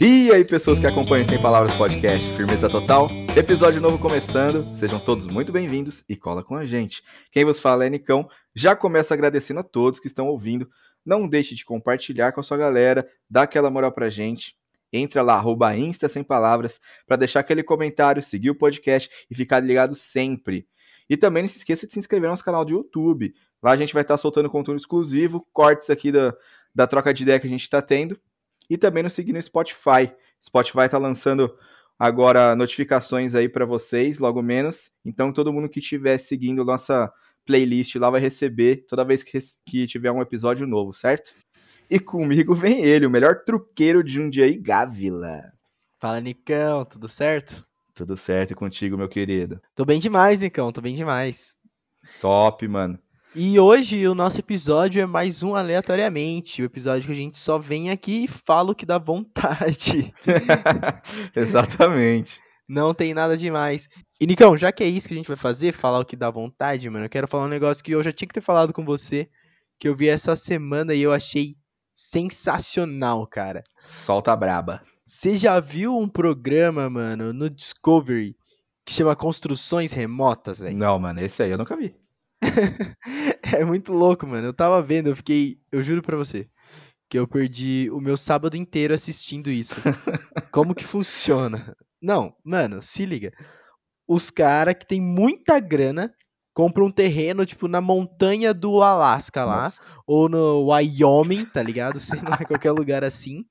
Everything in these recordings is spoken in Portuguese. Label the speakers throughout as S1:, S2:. S1: E aí, pessoas que acompanham Sem Palavras Podcast, firmeza total. Episódio novo começando. Sejam todos muito bem-vindos e cola com a gente. Quem vos fala é Nicão. Já começo agradecendo a todos que estão ouvindo. Não deixe de compartilhar com a sua galera, dá aquela moral pra gente. Entra lá, arroba Insta Sem Palavras, para deixar aquele comentário, seguir o podcast e ficar ligado sempre. E também não se esqueça de se inscrever no nosso canal do YouTube. Lá a gente vai estar soltando conteúdo exclusivo, cortes aqui da, da troca de ideia que a gente está tendo e também nos seguir no Spotify. Spotify está lançando agora notificações aí para vocês, logo menos. Então todo mundo que estiver seguindo nossa playlist lá vai receber toda vez que, que tiver um episódio novo, certo? E comigo vem ele, o melhor truqueiro de um dia aí, Gávila.
S2: Fala, Nicão, tudo certo?
S1: Tudo certo e contigo, meu querido.
S2: Tô bem demais, Nicão, tô bem demais.
S1: Top, mano.
S2: E hoje o nosso episódio é mais um aleatoriamente, o episódio que a gente só vem aqui e fala o que dá vontade.
S1: Exatamente.
S2: Não tem nada demais. E Nicão, já que é isso que a gente vai fazer, falar o que dá vontade, mano, eu quero falar um negócio que eu já tinha que ter falado com você, que eu vi essa semana e eu achei sensacional, cara.
S1: Solta a braba.
S2: Você já viu um programa, mano, no Discovery que chama Construções Remotas, velho?
S1: Não, mano, esse aí eu nunca vi.
S2: é muito louco, mano. Eu tava vendo, eu fiquei. Eu juro pra você. Que eu perdi o meu sábado inteiro assistindo isso. Como que funciona? Não, mano, se liga. Os caras que tem muita grana compram um terreno, tipo, na montanha do Alasca lá. Nossa. Ou no Wyoming, tá ligado? Sei lá, qualquer lugar assim.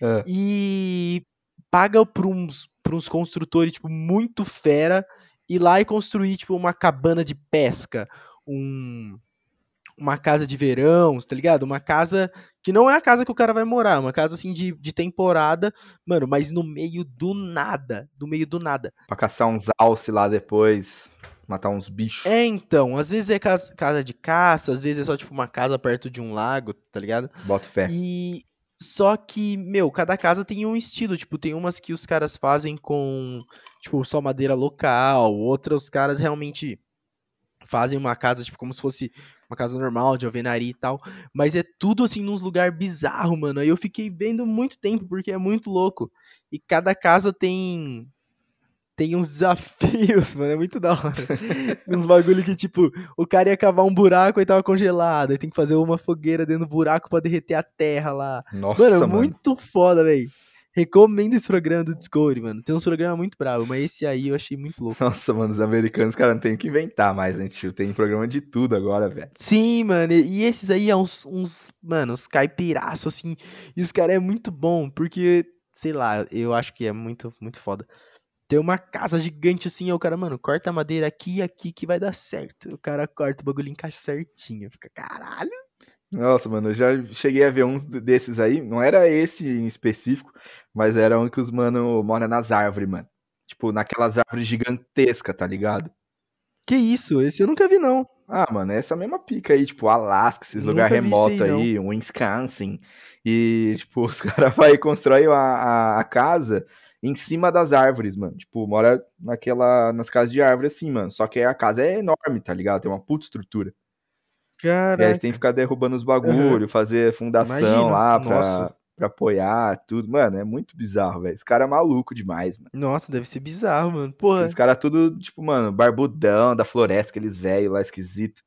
S2: É. E paga pra uns, pra uns construtores, tipo, muito fera ir lá e construir, tipo, uma cabana de pesca, um, uma casa de verão, tá ligado? Uma casa que não é a casa que o cara vai morar, uma casa, assim, de, de temporada, mano, mas no meio do nada, no meio do nada.
S1: Pra caçar uns alce lá depois, matar uns bichos.
S2: É, então, às vezes é casa, casa de caça, às vezes é só, tipo, uma casa perto de um lago, tá ligado?
S1: Bota fé.
S2: E... Só que, meu, cada casa tem um estilo. Tipo, tem umas que os caras fazem com, tipo, só madeira local. Outras, os caras realmente fazem uma casa, tipo, como se fosse uma casa normal, de alvenaria e tal. Mas é tudo, assim, num lugar bizarro, mano. Aí eu fiquei vendo muito tempo, porque é muito louco. E cada casa tem. Tem uns desafios, mano, é muito da hora. uns bagulho que, tipo, o cara ia cavar um buraco e tava congelado. Aí tem que fazer uma fogueira dentro do buraco pra derreter a terra lá.
S1: Nossa, mano.
S2: É muito foda, velho. Recomendo esse programa do Discovery, mano. Tem uns programas muito bravos, mas esse aí eu achei muito louco.
S1: Nossa, mano, os americanos, cara, não tem o que inventar mais, né, tio? Tem programa de tudo agora, velho.
S2: Sim, mano, e esses aí é uns, uns mano, uns caipiraços, assim. E os caras é muito bom, porque, sei lá, eu acho que é muito, muito foda. Tem uma casa gigante assim, aí o cara, mano, corta a madeira aqui e aqui que vai dar certo. O cara corta, o bagulho encaixa certinho. Fica, caralho.
S1: Nossa, mano, eu já cheguei a ver uns desses aí. Não era esse em específico, mas era um que os mano mora nas árvores, mano. Tipo, naquelas árvores gigantescas, tá ligado?
S2: Que isso? Esse eu nunca vi, não.
S1: Ah, mano, é essa mesma pica aí, tipo, Alasca, esses lugares remotos aí, aí um Wisconsin. E, tipo, os caras vai constrói a, a, a, casa em cima das árvores, mano. Tipo, mora naquela, nas casas de árvore assim, mano. Só que a casa é enorme, tá ligado? Tem uma puta estrutura.
S2: Caraca.
S1: E aí você tem que ficar derrubando os bagulho, uhum. fazer fundação Imagina. lá pra, Nossa. pra apoiar, tudo. Mano, é muito bizarro, velho. Esse cara é maluco demais, mano.
S2: Nossa, deve ser bizarro, mano. Porra.
S1: Esse cara é tudo, tipo, mano, barbudão da floresta, aqueles velho lá esquisito.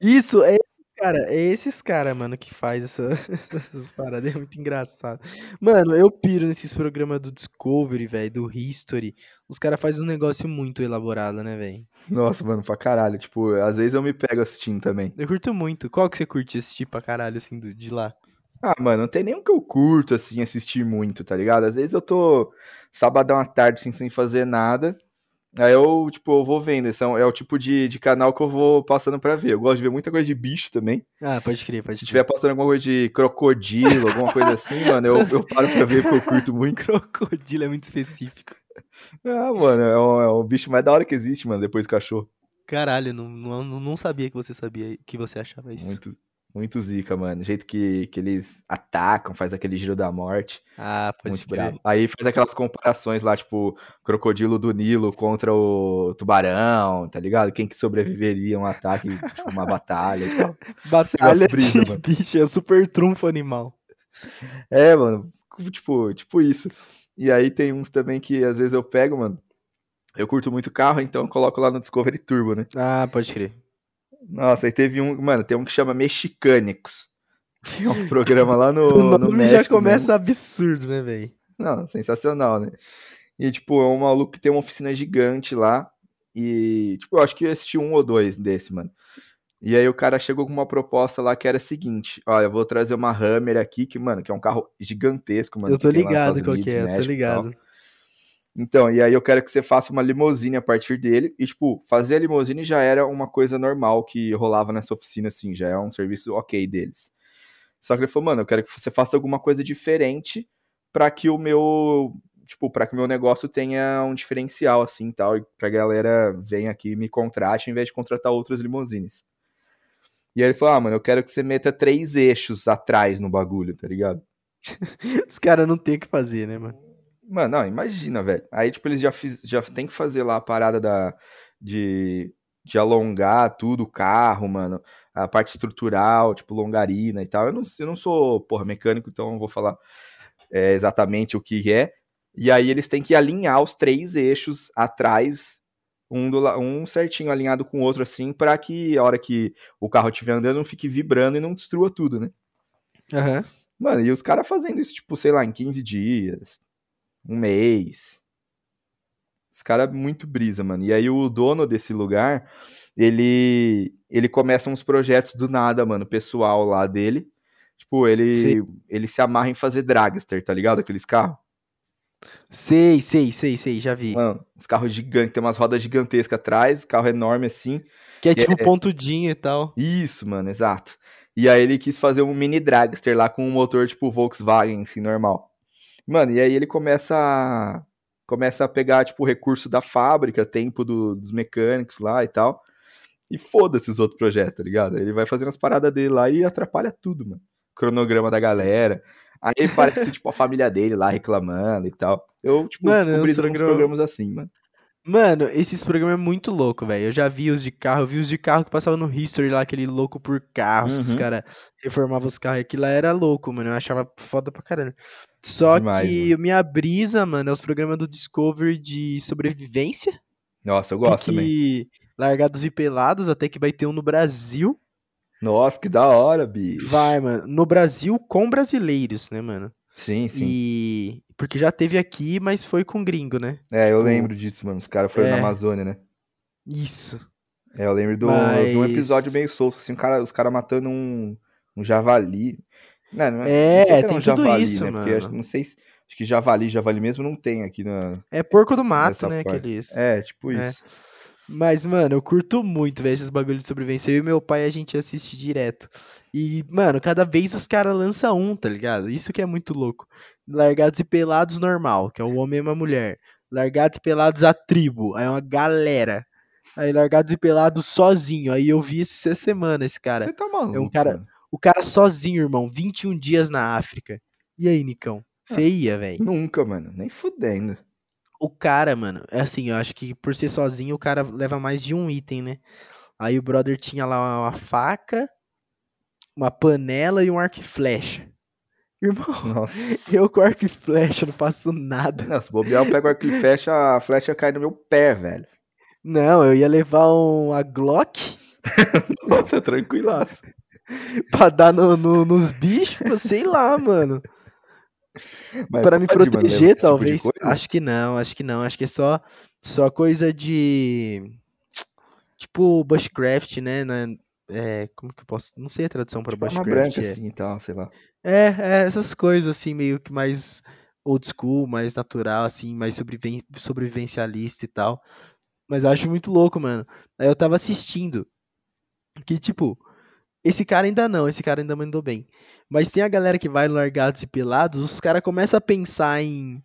S2: Isso, é cara, é esses cara, mano, que faz essa, essas paradas. É muito engraçado. Mano, eu piro nesses programas do Discovery, velho, do History. Os caras fazem um negócio muito elaborado, né, velho?
S1: Nossa, mano, pra caralho. Tipo, às vezes eu me pego assistindo também.
S2: Eu curto muito. Qual que você curte assistir pra caralho, assim, do, de lá?
S1: Ah, mano, não tem nenhum que eu curto, assim, assistir muito, tá ligado? Às vezes eu tô sabadão à tarde, assim, sem fazer nada. Aí eu, tipo, eu vou vendo. Esse é, o tipo de, de canal que eu vou passando pra ver. Eu gosto de ver muita coisa de bicho também.
S2: Ah, pode crer, pode
S1: Se tiver passando alguma coisa de crocodilo, alguma coisa assim, mano, eu, eu paro pra ver porque eu curto muito.
S2: crocodilo é muito específico.
S1: Ah, mano, é o, é o bicho mais da hora que existe, mano, depois do cachorro.
S2: Caralho, não, não, não sabia que você sabia, que você achava É isso.
S1: Muito, Muito zica, mano. O jeito que, que eles atacam, faz aquele giro da morte.
S2: Ah, pode
S1: muito
S2: crer.
S1: bravo. Aí faz aquelas comparações lá, tipo, crocodilo do Nilo contra o tubarão, tá ligado? Quem que sobreviveria a um ataque, tipo, uma batalha e tal.
S2: Batalha
S1: Esse negócio brisa,
S2: de
S1: mano.
S2: bicho, é super trunfo animal.
S1: É, mano, tipo, tipo isso. E aí tem uns também que às vezes eu pego, mano. Eu curto muito carro, então eu coloco lá no Discovery Turbo, né?
S2: Ah, pode crer.
S1: Nossa, aí teve um, mano, tem um que chama Mexicânicos. Que é um programa lá no,
S2: O
S1: no
S2: nome já
S1: México
S2: começa absurdo, né, velho?
S1: Não, sensacional, né? E, tipo, é um maluco que tem uma oficina gigante lá. E, tipo, eu acho que eu assisti um ou dois desse, mano. E aí o cara chegou com uma proposta lá que era a seguinte: olha, eu vou trazer uma Hammer aqui, que, mano, que é um carro gigantesco, mano.
S2: Eu
S1: que
S2: tô
S1: tem lá nos
S2: ligado
S1: Estados
S2: qual que
S1: Unidos,
S2: é, tô
S1: México e tal.
S2: ligado.
S1: Então, e aí eu quero que você faça uma limusine a partir dele. E, tipo, fazer a limusine já era uma coisa normal que rolava nessa oficina, assim, já é um serviço ok deles. Só que ele falou, mano, eu quero que você faça alguma coisa diferente pra que o meu. Tipo, pra que o meu negócio tenha um diferencial, assim, tal, e pra galera venha aqui e me contrate, em vez de contratar outras limusines. E aí ele falou, ah, mano, eu quero que você meta três eixos atrás no bagulho, tá ligado?
S2: Os caras não tem o que fazer, né, mano?
S1: Mano, não, imagina, velho. Aí, tipo, eles já, fiz, já tem que fazer lá a parada da, de, de alongar tudo, o carro, mano. A parte estrutural, tipo, longarina e tal. Eu não, eu não sou, porra, mecânico, então eu não vou falar é, exatamente o que é. E aí eles têm que alinhar os três eixos atrás, um, do, la- um certinho alinhado com o outro, assim, pra que a hora que o carro estiver andando não fique vibrando e não destrua tudo, né?
S2: Aham.
S1: Mano, e os caras fazendo isso, tipo, sei lá, em 15 dias, um mês. Os caras muito brisa, mano. E aí o dono desse lugar, ele ele começa uns projetos do nada, mano, pessoal lá dele. Tipo, ele ele se amarra em fazer dragster, tá ligado? Aqueles carros.
S2: Sei, sei, sei, sei, já vi.
S1: Mano, uns carros gigantes, tem umas rodas gigantescas atrás, carro enorme assim.
S2: Que é tipo pontudinho e tal.
S1: Isso, mano, exato. E aí ele quis fazer um mini dragster lá com um motor tipo Volkswagen, assim, normal. Mano, e aí ele começa a, começa a pegar, tipo, o recurso da fábrica, tempo do- dos mecânicos lá e tal. E foda-se os outros projetos, tá ligado? Ele vai fazendo as paradas dele lá e atrapalha tudo, mano. Cronograma da galera. Aí parece, tipo, a família dele lá reclamando e tal. Eu, tipo,
S2: Mano,
S1: fico
S2: eu
S1: brisa com uns
S2: programa-
S1: programas assim, mano.
S2: Mano, esses programas é muito louco, velho. Eu já vi os de carro, eu vi os de carro que passavam no History lá, aquele louco por carros, que os
S1: Uhum.
S2: caras reformavam os carros. Aquilo lá era louco, mano. Eu achava foda pra caralho. Só
S1: Demais,
S2: que minha brisa, mano, é os programas do Discovery de sobrevivência.
S1: Nossa, eu gosto também.
S2: Pique Largados e pelados, até que vai ter um no Brasil.
S1: Nossa, que da hora, bicho.
S2: Vai, mano. No Brasil com brasileiros, né, mano?
S1: Sim, sim.
S2: E. Porque já teve aqui, mas foi com gringo, né?
S1: É, eu
S2: Tipo,
S1: lembro disso, mano. Os caras foram na
S2: é.
S1: Amazônia, né?
S2: Isso.
S1: É, eu lembro de um, eu vi um episódio
S2: Mas-
S1: meio solto, assim, um cara, os caras matando um, um javali. Não, não,
S2: É,
S1: não sei se era
S2: tem
S1: um
S2: tudo
S1: javali,
S2: isso,
S1: né? Porque
S2: mano.
S1: acho, não sei se. Acho que javali, javali mesmo não tem aqui na.
S2: É porco do mato,
S1: Dessa
S2: né?
S1: parte.
S2: Aqueles.
S1: É, tipo
S2: É.
S1: isso.
S2: Mas, mano, eu curto muito, velho, esses bagulhos de sobrevivência. Eu e meu pai, a gente assiste direto. E, mano, cada vez os caras lançam um, tá ligado? Isso que é muito louco. Largados e pelados normal, que é o homem e uma mulher. Largados e pelados a tribo, aí é uma galera. Aí largados e pelados sozinho. Aí eu vi isso essa semana, esse cara. um
S1: Você tá maluco.
S2: cara-
S1: mano.
S2: O cara sozinho, irmão, 21 dias na África. E aí, Nicão? Você ia, velho?
S1: Nunca, mano. Nem fudendo.
S2: O cara, mano, é assim, eu acho que por ser sozinho o cara leva mais de um item, né? Aí o brother tinha lá uma faca, uma panela e um arco e flecha. Irmão,
S1: Nossa.
S2: eu com arco e flecha não faço nada.
S1: Não, se bobear, eu pego o arco e flecha, a flecha cai no meu pé, velho.
S2: Não, eu ia levar um, a Glock
S1: Nossa, é tranquilaço.
S2: pra dar no- no- nos bichos, pô, sei lá, mano.
S1: Mas
S2: Pra me
S1: pode, mano,
S2: proteger,
S1: esse tipo de
S2: talvez.
S1: coisa?
S2: acho que não, acho que não. Acho que é só, só coisa de. Tipo, Bushcraft, né? na- é, como que eu posso. Não sei a tradução pra
S1: Tipo, arma
S2: Bushcraft.
S1: branca,
S2: é.
S1: assim e tal, sei lá.
S2: É, é, essas coisas assim, meio que mais old school, mais natural, assim, mais sobreviven- sobrevivencialista e tal. Mas eu acho muito louco, mano. Aí eu tava assistindo. Que, tipo, esse cara ainda não, esse cara ainda mandou bem. Mas tem a galera que vai no Largados e Pelados, os caras começam a pensar em,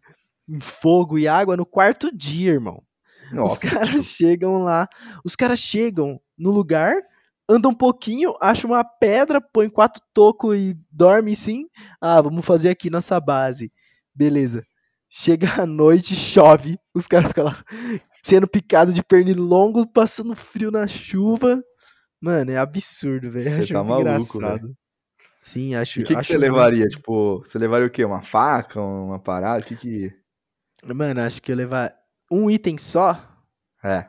S2: em fogo e água no quarto dia, irmão. Os
S1: Nossa. tipo
S2: caras chegam lá, os caras chegam no lugar, anda um pouquinho, acha uma pedra, põe quatro tocos e dorme sim. Ah, vamos fazer aqui nossa base. Beleza. Chega à noite, chove, os caras ficam lá sendo picado de pernilongo, passando frio na chuva. Mano, é absurdo, velho.
S1: Você
S2: Acho
S1: tá
S2: muito
S1: maluco,
S2: engraçado. Sim, acho.
S1: E o que, que
S2: acho
S1: você levaria? Tipo, você levaria o quê? Uma faca? Uma parada? O que que.
S2: Mano, acho que eu levar um item só.
S1: É.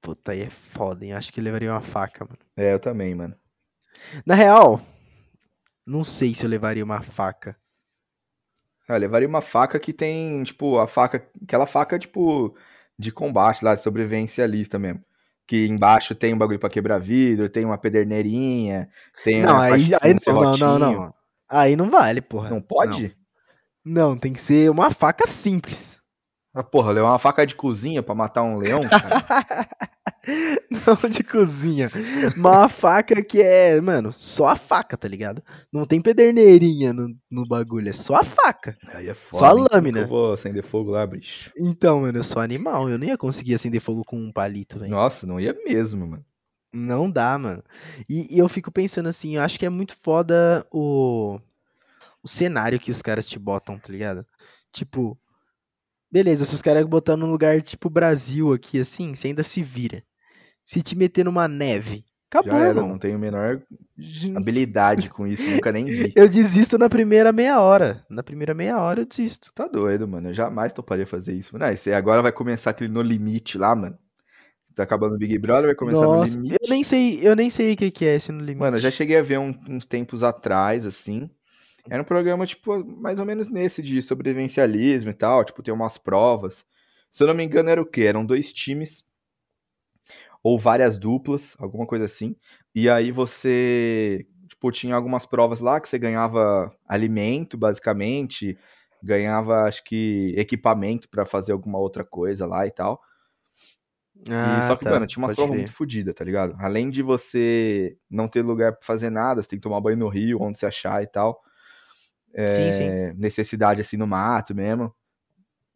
S2: Puta, aí é foda, hein? Acho que eu levaria uma faca, mano.
S1: É, eu também, mano.
S2: Na real, não sei se eu levaria uma faca.
S1: Ah, Eu levaria uma faca que tem, tipo, a faca. Aquela faca, tipo, de combate lá, de sobrevivencialista mesmo. Que embaixo tem um bagulho pra quebrar vidro, tem uma pederneirinha, tem
S2: não,
S1: a parte
S2: aí,
S1: de
S2: aí
S1: cima, um
S2: não, não, não,
S1: serrotinho.
S2: não. Aí não vale, porra.
S1: Não pode?
S2: Não, tem que ser uma faca simples.
S1: Ah, porra, levar uma faca de cozinha pra matar um leão? cara?
S2: Não de cozinha. Mas uma faca que é, mano, só a faca, tá ligado? Não tem pederneirinha no, no bagulho, é só a faca.
S1: Aí é foda.
S2: a
S1: hein? Como que
S2: lâmina.
S1: Eu vou acender fogo lá, bicho.
S2: Então, mano, eu sou animal, eu não ia conseguir acender fogo com um palito, velho.
S1: Nossa, não ia mesmo, mano.
S2: Não dá, mano. E, e eu fico pensando assim, eu acho que é muito foda o, o cenário que os caras te botam, tá ligado? Tipo, beleza, se os caras botar num lugar tipo Brasil aqui, assim, você ainda se vira. Se te meter numa neve, acabou,
S1: Já era,
S2: Ah, irmão.
S1: não tenho a menor
S2: Ju-
S1: habilidade com isso, nunca nem vi.
S2: Eu desisto na primeira meia hora. Na primeira meia hora eu desisto.
S1: Tá doido, mano. Eu jamais toparia fazer isso. Não, esse agora vai começar aquele no limite lá, mano. Tá acabando o Big Brother, vai começar
S2: Nossa,
S1: no
S2: eu
S1: limite.
S2: nem sei, eu nem sei o que que é esse no limite.
S1: Mano, eu já cheguei a ver um- uns tempos atrás, assim. Era um programa, tipo, mais ou menos nesse de sobrevivencialismo e tal. Tipo, tem umas provas. Se eu não me engano, era o quê? Eram dois times. Ou várias duplas, alguma coisa assim. E aí você. Tipo, tinha algumas provas lá que você ganhava alimento, basicamente. Ganhava, acho que, equipamento pra fazer alguma outra coisa lá e tal. E só que, mano, tinha umas
S2: Ah, tá. pode
S1: provas
S2: crer.
S1: muito fodidas, tá ligado? Além de você não ter lugar pra fazer nada, você tem que tomar banho no rio, onde você achar e tal.
S2: Sim, sim.
S1: É, necessidade, assim, no mato mesmo.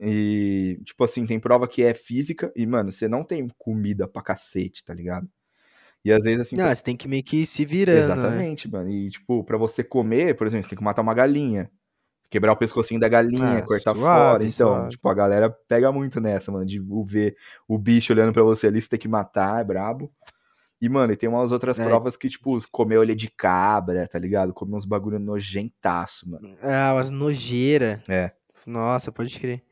S1: E, tipo assim, tem prova que é física e, mano, você não tem comida pra cacete, tá ligado? E às vezes, assim,
S2: Ah, você tem que meio que ir se virando, né?
S1: Exatamente, mano. E, tipo, pra você comer, por exemplo, você tem que matar uma galinha. Quebrar o pescocinho da galinha,
S2: Ah,
S1: cortar
S2: suave,
S1: fora. Então,
S2: suave.
S1: tipo, a galera pega muito nessa, mano. De o ver o bicho olhando pra você ali, você tem que matar, é brabo. E, mano, e tem umas outras
S2: É.
S1: provas que, tipo, comer olho de cabra, tá ligado? Comer uns bagulho nojentaço, mano.
S2: Ah, umas nojeira.
S1: É.
S2: Nossa, pode crer.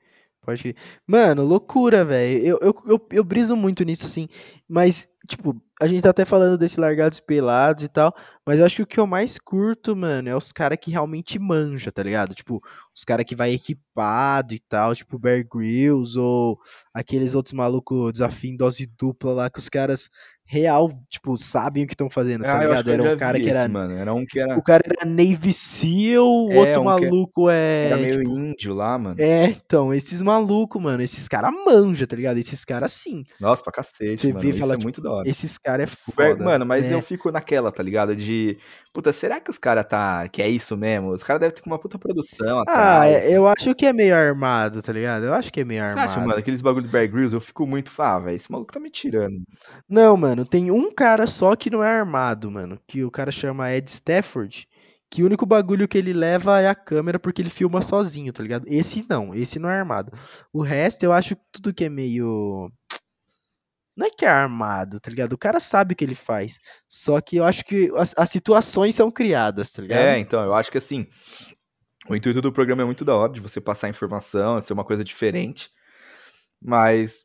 S2: Pode crer. Mano, loucura, velho. Eu, eu, eu, eu briso muito nisso, assim. Mas, tipo, a gente tá até falando desse largados e pelados e tal. Mas eu acho que o que eu mais curto, mano, é os caras que realmente manja, tá ligado? Tipo, os caras que vai equipado e tal. Tipo, Bear Grylls ou aqueles outros malucos desafio em dose dupla lá. Que os caras real, tipo, sabem o que estão fazendo, tá
S1: Ah, eu acho
S2: ligado?
S1: que eu
S2: Era
S1: já
S2: um cara
S1: vi
S2: que
S1: esse,
S2: era
S1: mano. Era um que era,
S2: o cara era Navy Seal, o
S1: É,
S2: outro
S1: um que é-
S2: maluco é.
S1: era meio
S2: tipo,
S1: índio lá, mano.
S2: É, então, esses malucos, mano, esses caras manja, tá ligado? Esses caras sim.
S1: Nossa, pra cacete,
S2: Você
S1: mano.
S2: vê e
S1: Isso
S2: fala,
S1: é muito da hora.
S2: Esses caras é
S1: O Ber-
S2: foda.
S1: Mano, mas
S2: né?
S1: eu fico naquela, tá ligado? De. Puta, será que os caras tá. Que é isso mesmo? Os caras devem ter uma puta produção
S2: Ah,
S1: atrás. tá né?
S2: é- eu acho que é meio armado, tá ligado? Eu acho que é meio
S1: Você
S2: armado.
S1: acha, mano, aqueles bagulho do Bear Grylls? Eu fico muito. Ah, velho, esse maluco tá me tirando.
S2: Não, mano, tem um cara só que não é armado, mano. Que o cara chama Ed Stafford. Que o único bagulho que ele leva é a câmera porque ele filma sozinho, tá ligado? Esse não, esse não é armado. O resto eu acho que tudo que é meio. Não é que é armado, tá ligado? O cara sabe o que ele faz. Só que eu acho que as, as situações são criadas, tá ligado?
S1: É, então, eu acho que assim. O intuito do programa é muito da hora, de você passar informação, de ser uma coisa diferente. Mas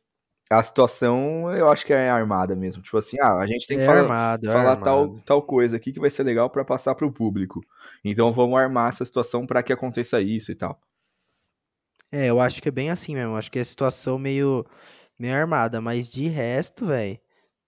S1: a situação eu acho que é armada mesmo. Tipo assim, ah, a gente tem que
S2: É
S1: falar,
S2: armado, é
S1: falar tal,
S2: armado.
S1: tal coisa aqui que vai ser legal pra passar pro público. Então vamos armar essa situação pra que aconteça isso e tal.
S2: É, eu acho que é bem assim mesmo. Acho que é situação meio, meio armada. Mas de resto, velho.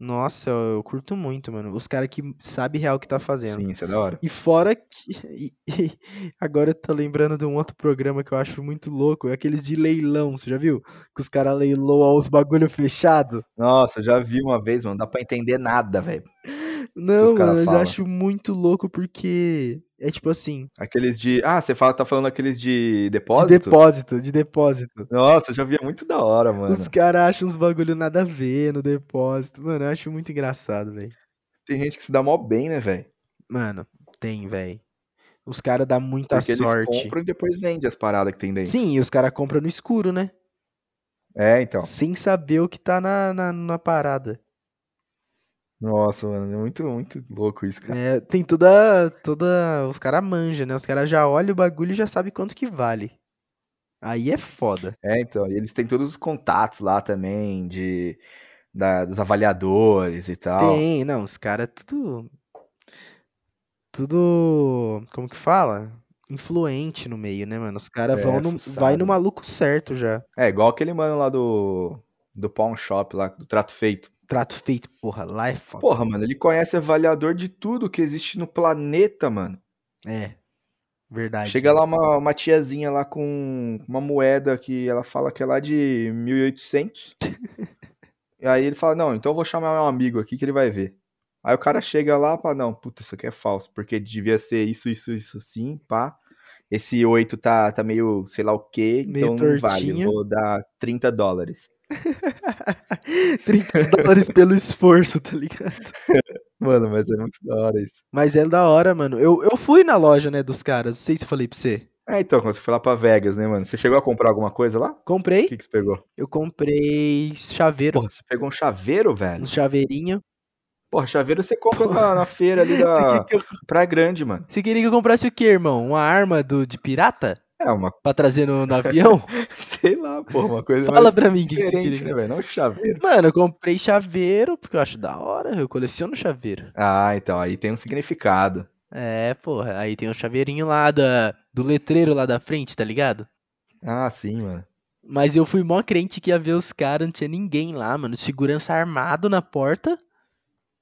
S2: Nossa, eu, eu curto muito, mano. Os caras que sabe real o que tá fazendo.
S1: Sim, isso é da hora.
S2: E fora que. e- e agora eu tô lembrando de um outro programa que eu acho muito louco. É aqueles de leilão, você já viu? Que os caras leiloam os bagulho fechado.
S1: Nossa, eu já vi uma vez, mano. Não dá pra entender nada, velho.
S2: Não,
S1: cara
S2: mano, mas eu
S1: fala.
S2: acho muito louco porque. É tipo assim,
S1: Aqueles de. Ah, você fala, tá falando aqueles de
S2: de
S1: depósito?
S2: depósito, de depósito.
S1: Nossa, eu já vi é muito da hora, mano.
S2: Os caras acham uns bagulho nada a ver no depósito. Mano, eu acho muito engraçado, velho.
S1: Tem gente que se dá mó bem, né, velho?
S2: Mano, tem, velho. Os caras dão muita
S1: Porque eles
S2: sorte.
S1: compram e depois vendem as paradas que tem dentro.
S2: Sim, e os caras compram no escuro, né?
S1: É, então.
S2: Sem saber o que tá na, na, na parada.
S1: Nossa, mano, é muito, muito louco isso, cara.
S2: É, tem toda. toda Os caras manjam, né? Os caras já olham o bagulho e já sabem quanto que vale. Aí é foda.
S1: É, então. E eles têm todos os contatos lá também, de, da- dos avaliadores e tal.
S2: Tem, não, os caras tudo. Tudo. Como que fala? Influente no meio, né, mano? Os caras
S1: É,
S2: vão no,
S1: fuçado.
S2: vai no maluco certo já.
S1: É, igual aquele mano lá do, do Pawn Shop, lá, do Trato Feito.
S2: Trato feito, porra, lá é foda.
S1: Porra, mano, ele conhece avaliador de tudo que existe no planeta, mano.
S2: É. Verdade.
S1: Chega lá uma, uma tiazinha lá com uma moeda que ela fala que é lá de 1800. e aí ele fala, não, então eu vou chamar meu amigo aqui que ele vai ver. Aí o cara chega lá e fala, não, puta, isso aqui é falso, porque devia ser isso, isso, isso sim, pá. Esse 8 tá, tá meio, sei lá o quê,
S2: Meio
S1: então não vale,
S2: tortinho.
S1: eu vou dar 30 dólares.
S2: 30 dólares pelo esforço, tá ligado?
S1: Mano, mas é muito da hora isso.
S2: Mas é da hora, mano. Eu, eu fui na loja, né, dos caras. Não sei se eu falei pra você.
S1: É, então, quando você foi lá pra Vegas, né, mano? Você chegou a comprar alguma coisa lá? O
S2: Comprei.
S1: que, que você pegou?
S2: Eu comprei chaveiro.
S1: Porra, você pegou um chaveiro,
S2: Um
S1: velho?
S2: chaveirinho.
S1: Porra, chaveiro você compra na, na feira ali
S2: Você
S1: da
S2: queria que eu-
S1: Praia Grande, mano.
S2: Você queria que eu comprasse o quê, irmão? Uma arma do, de pirata?
S1: É uma,
S2: Pra trazer no, no avião?
S1: sei lá, porra, uma coisa
S2: Fala
S1: mais
S2: pra mim o que que você
S1: diferente,
S2: queria.
S1: né, velho? Não um chaveiro.
S2: Mano, eu comprei chaveiro, porque eu acho da hora. Eu coleciono chaveiro.
S1: Ah, então, aí tem um significado.
S2: É, porra. Aí tem o chaveirinho lá da, do letreiro lá da frente, tá ligado?
S1: Ah, sim, mano.
S2: Mas eu fui mó crente que ia ver os caras, não tinha ninguém lá, mano. Segurança armado na porta,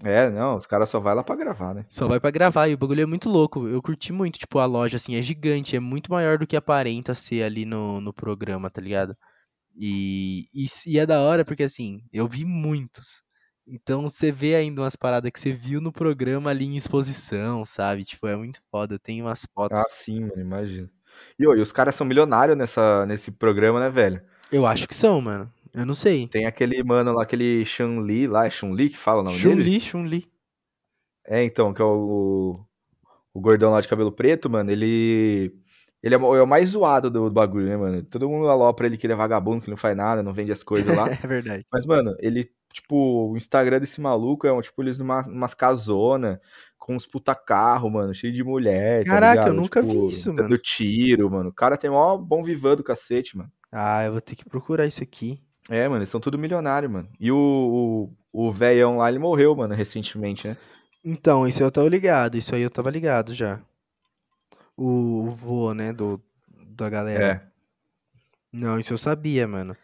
S1: É, não, os caras só vai lá pra gravar, né?
S2: só vai pra gravar. E o bagulho é muito louco. Eu curti muito, tipo, a loja, assim, é gigante, é muito maior do que aparenta ser ali no, no programa, tá ligado? E, e, s- e é da hora porque, assim, eu vi muitos. Então você vê ainda umas paradas que você viu no programa ali em exposição, sabe? Tipo, é muito foda. Tem umas fotos.
S1: Ah, sim, mano, imagina. E, ô, e os caras são milionários nessa, nesse programa, né, velho?
S2: Eu acho que são, mano. Eu não sei.
S1: Tem aquele mano lá, aquele Chun-Li lá, é Chun-Li que fala o nome dele?
S2: Chun-Li, Chun-Li.
S1: É, então, que é o, o gordão lá de cabelo preto, mano, ele. Ele é, o é o mais zoado do, do bagulho, né, mano? Todo mundo alopra ele que ele é vagabundo, que ele não faz nada, não vende as coisas lá.
S2: É verdade.
S1: Mas, mano, ele, tipo, o Instagram desse maluco é, um, tipo, eles numa, numas casona, com uns puta carro, mano, cheio de mulher, tá
S2: Caraca, eu
S1: ligado?
S2: nunca vi
S1: tipo,
S2: isso,
S1: dando
S2: mano.
S1: tiro, mano. O cara tem mó bom vivan do cacete, mano.
S2: Ah, eu vou ter que procurar isso aqui.
S1: É, mano, eles são tudo milionário, mano. E o, o, o velhão lá, ele morreu, mano, recentemente, né?
S2: Então, isso eu tava ligado, isso aí eu tava ligado já. O, o vô, né, do, da galera.
S1: É.
S2: Não, isso eu sabia, mano.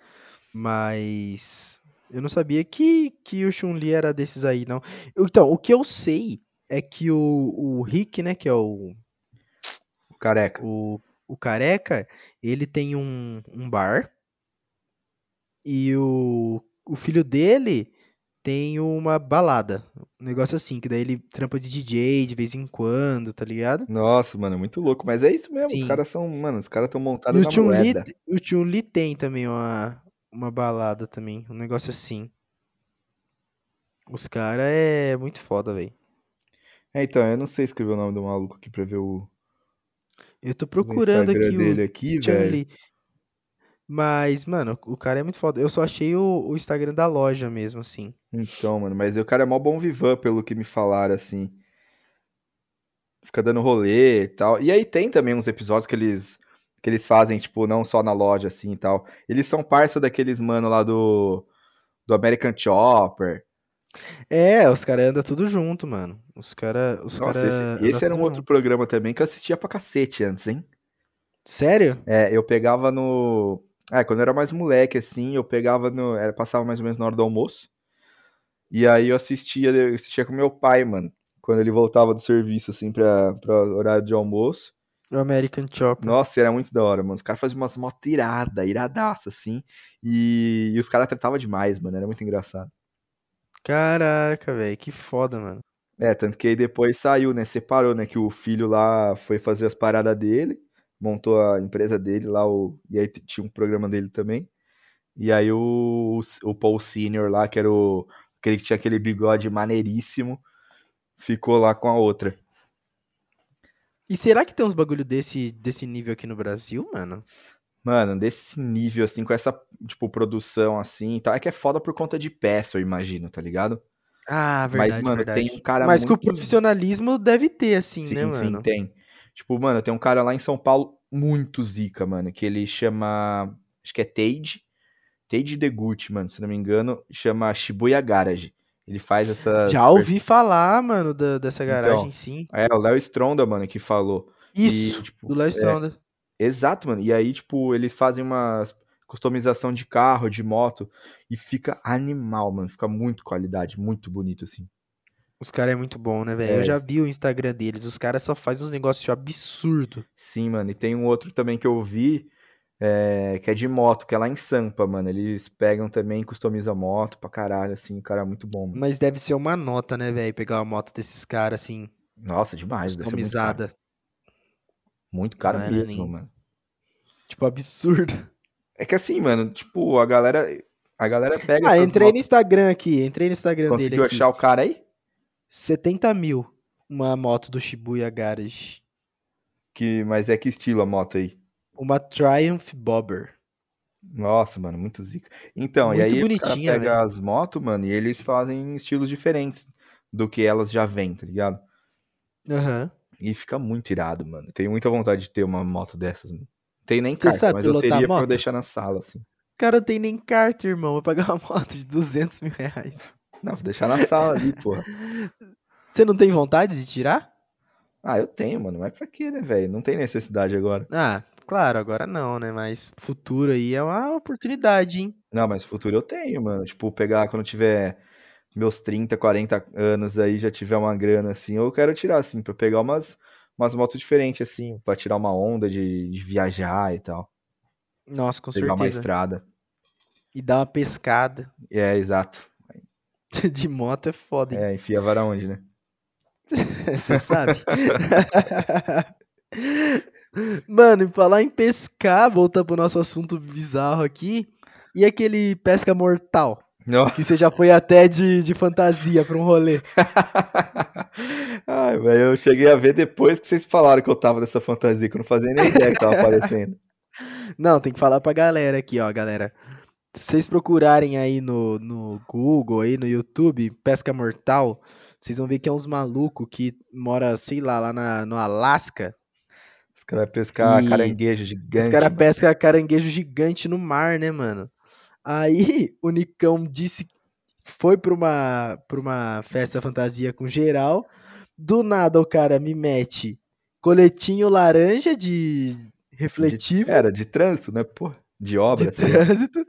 S2: Mas eu não sabia que, que o Chun-Li era desses aí, não. Eu- Então, o que eu sei é que o, o Rick, né, que é o,
S1: o Careca.
S2: o, o careca, ele tem um, um bar. E o, o filho dele tem uma balada. Um negócio assim, que daí ele trampa de DJ de vez em quando, tá ligado?
S1: Nossa, mano, é muito louco. Mas é isso mesmo, os
S2: Sim.
S1: caras são, mano, os caras estão
S2: E
S1: montados
S2: o
S1: na
S2: Chun-Li,
S1: Tá moeda.
S2: o Chun-Li tem também uma, uma balada também, um negócio assim. Os caras é muito foda, velho.
S1: É, então, eu não sei escrever o nome do maluco aqui pra ver o,
S2: Eu tô
S1: o
S2: procurando
S1: Instagram
S2: aqui
S1: dele
S2: o
S1: aqui, velho.
S2: Chun-Li. Mas, mano, o cara é muito foda. Eu só achei o, o Instagram da loja mesmo, assim.
S1: Então, mano, mas o cara é mó bom vivan, pelo que me falaram, assim. Fica dando rolê e tal. E aí tem também uns episódios que eles que eles fazem, tipo, não só na loja, assim, e tal. Eles são parça daqueles mano lá do do American Chopper.
S2: É, os caras andam tudo junto, mano. Os caras. Os
S1: Nossa,
S2: cara
S1: esse,
S2: anda
S1: esse era um
S2: tudo
S1: outro
S2: junto.
S1: programa também que eu assistia pra cacete antes, hein?
S2: Sério?
S1: É, eu pegava no. É, quando eu era mais moleque, assim, eu pegava no. Era, passava mais ou menos na hora do almoço. E aí eu assistia, eu assistia com meu pai, mano. Quando ele voltava do serviço, assim, pra, pra horário de almoço.
S2: O American Chopper.
S1: Nossa, era muito da hora, mano. Os caras faziam umas motos irada, iradaça, assim. E, e os caras tratavam demais, mano. Era muito engraçado.
S2: Caraca, velho, que foda, mano.
S1: É, tanto que aí depois saiu, né? Separou, né? Que o filho lá foi fazer as paradas dele, montou a empresa dele lá, o... e aí t- tinha um programa dele também. E aí o, o Paul Senior lá, que era o. Aquele que tinha aquele bigode maneiríssimo. ficou lá com a outra.
S2: E será que tem uns bagulho desse, desse nível aqui no Brasil, mano?
S1: Mano, desse nível, assim, com essa, tipo, produção, assim, e tal. É que é foda por conta de peça, eu imagino, tá ligado?
S2: Ah, verdade,
S1: Mas, mano,
S2: verdade.
S1: tem um cara
S2: Mas que o
S1: muito...
S2: profissionalismo deve ter, assim,
S1: Sim,
S2: né,
S1: sim,
S2: mano?
S1: tem. Tipo, mano, tem um cara lá em São Paulo muito zica, mano, que ele chama. Acho que é Tade. Tade Deguchi, mano, se não me engano, chama Shibuya Garage. Ele faz essa.
S2: Já ouvi falar, mano, da- dessa garagem,
S1: Então,
S2: sim.
S1: É, o Léo Stronda, mano, que falou. E,
S2: Isso,
S1: tipo,
S2: do Léo Stronda.
S1: Exato, mano. E aí, tipo, eles fazem uma customização de carro, de moto, e fica animal, mano. Fica muito qualidade, muito bonito, assim.
S2: Os caras é muito bom, né, velho?
S1: É.
S2: Eu já vi o Instagram deles. Os caras só fazem uns negócios absurdo.
S1: Sim, mano. E tem um outro também que eu vi, é, que é de moto, que é lá em Sampa, mano. Eles pegam também, customizam moto pra caralho, assim. O cara é muito bom, mano.
S2: Mas deve ser uma nota, né, velho? Pegar uma moto desses caras, assim,
S1: Nossa, demais. Deve ser muito caro.
S2: customizada.
S1: Muito caro
S2: Não era
S1: mesmo,
S2: nem-
S1: mano.
S2: Tipo, absurdo.
S1: É que assim, mano, tipo, a galera, a galera pega
S2: Ah,
S1: essas
S2: entrei no
S1: motos.
S2: Instagram aqui. Entrei no Instagram dele
S1: Conseguiu
S2: aqui.
S1: achar o cara aí?
S2: 70 mil. Uma moto do Shibuya Garage.
S1: Que, mas é que estilo a moto aí?
S2: Uma Triumph Bobber.
S1: Nossa, mano, muito zica. Então, e
S2: Muito
S1: aí os caras
S2: bonitinha,
S1: pegam as motos, mano, e eles fazem estilos diferentes do que elas já vêm, tá ligado?
S2: Aham.
S1: E fica muito irado, mano. Tenho muita vontade de ter uma moto dessas, mano. Não Tem nem
S2: Você
S1: carta,
S2: sabe
S1: mas eu
S2: pilotar
S1: teria pra eu
S2: moto?
S1: deixar na sala, assim.
S2: O cara não tem nem carta, irmão. Vou pagar uma moto de 200 mil reais.
S1: Não, vou deixar na sala ali, porra.
S2: Você não tem vontade de tirar?
S1: Ah, eu tenho, mano, mas pra quê, né, velho? Não tem necessidade agora.
S2: Ah, claro, agora não, né? Mas futuro aí é uma oportunidade, hein?
S1: Não, mas futuro eu tenho, mano. Tipo, pegar quando eu tiver meus 30, 40 anos aí, já tiver uma grana assim, eu quero tirar, assim, pra eu pegar umas, umas motos diferentes, assim, pra tirar uma onda de, de viajar e tal.
S2: Nossa, com
S1: pegar uma
S2: certeza.
S1: estrada.
S2: E dar uma pescada
S1: É, exato.
S2: de moto é foda, hein?
S1: É, enfia a vara onde, né?
S2: Você sabe? Mano, e falar em pescar, voltar pro nosso assunto bizarro aqui. E aquele pesca mortal?
S1: Não.
S2: Que você já foi até de, de fantasia pra um rolê.
S1: Ai, velho, eu cheguei a ver depois que vocês falaram que eu tava dessa fantasia, que eu não fazia nem ideia que tava aparecendo.
S2: Não, tem que falar pra galera aqui, ó, galera. Se vocês procurarem aí no, no Google, aí no YouTube, pesca mortal, vocês vão ver que é uns malucos que mora, sei lá, lá na- no Alasca.
S1: Os caras pescar
S2: E
S1: caranguejo gigante.
S2: Os caras
S1: mano.
S2: pescam caranguejo gigante no mar, né, mano? Aí o Nicão disse que foi pra uma, pra uma festa fantasia com geral. Do nada o cara me mete coletinho laranja de refletivo
S1: Era, de trânsito, né? Pô, de obra,
S2: de
S1: sei lá.
S2: trânsito.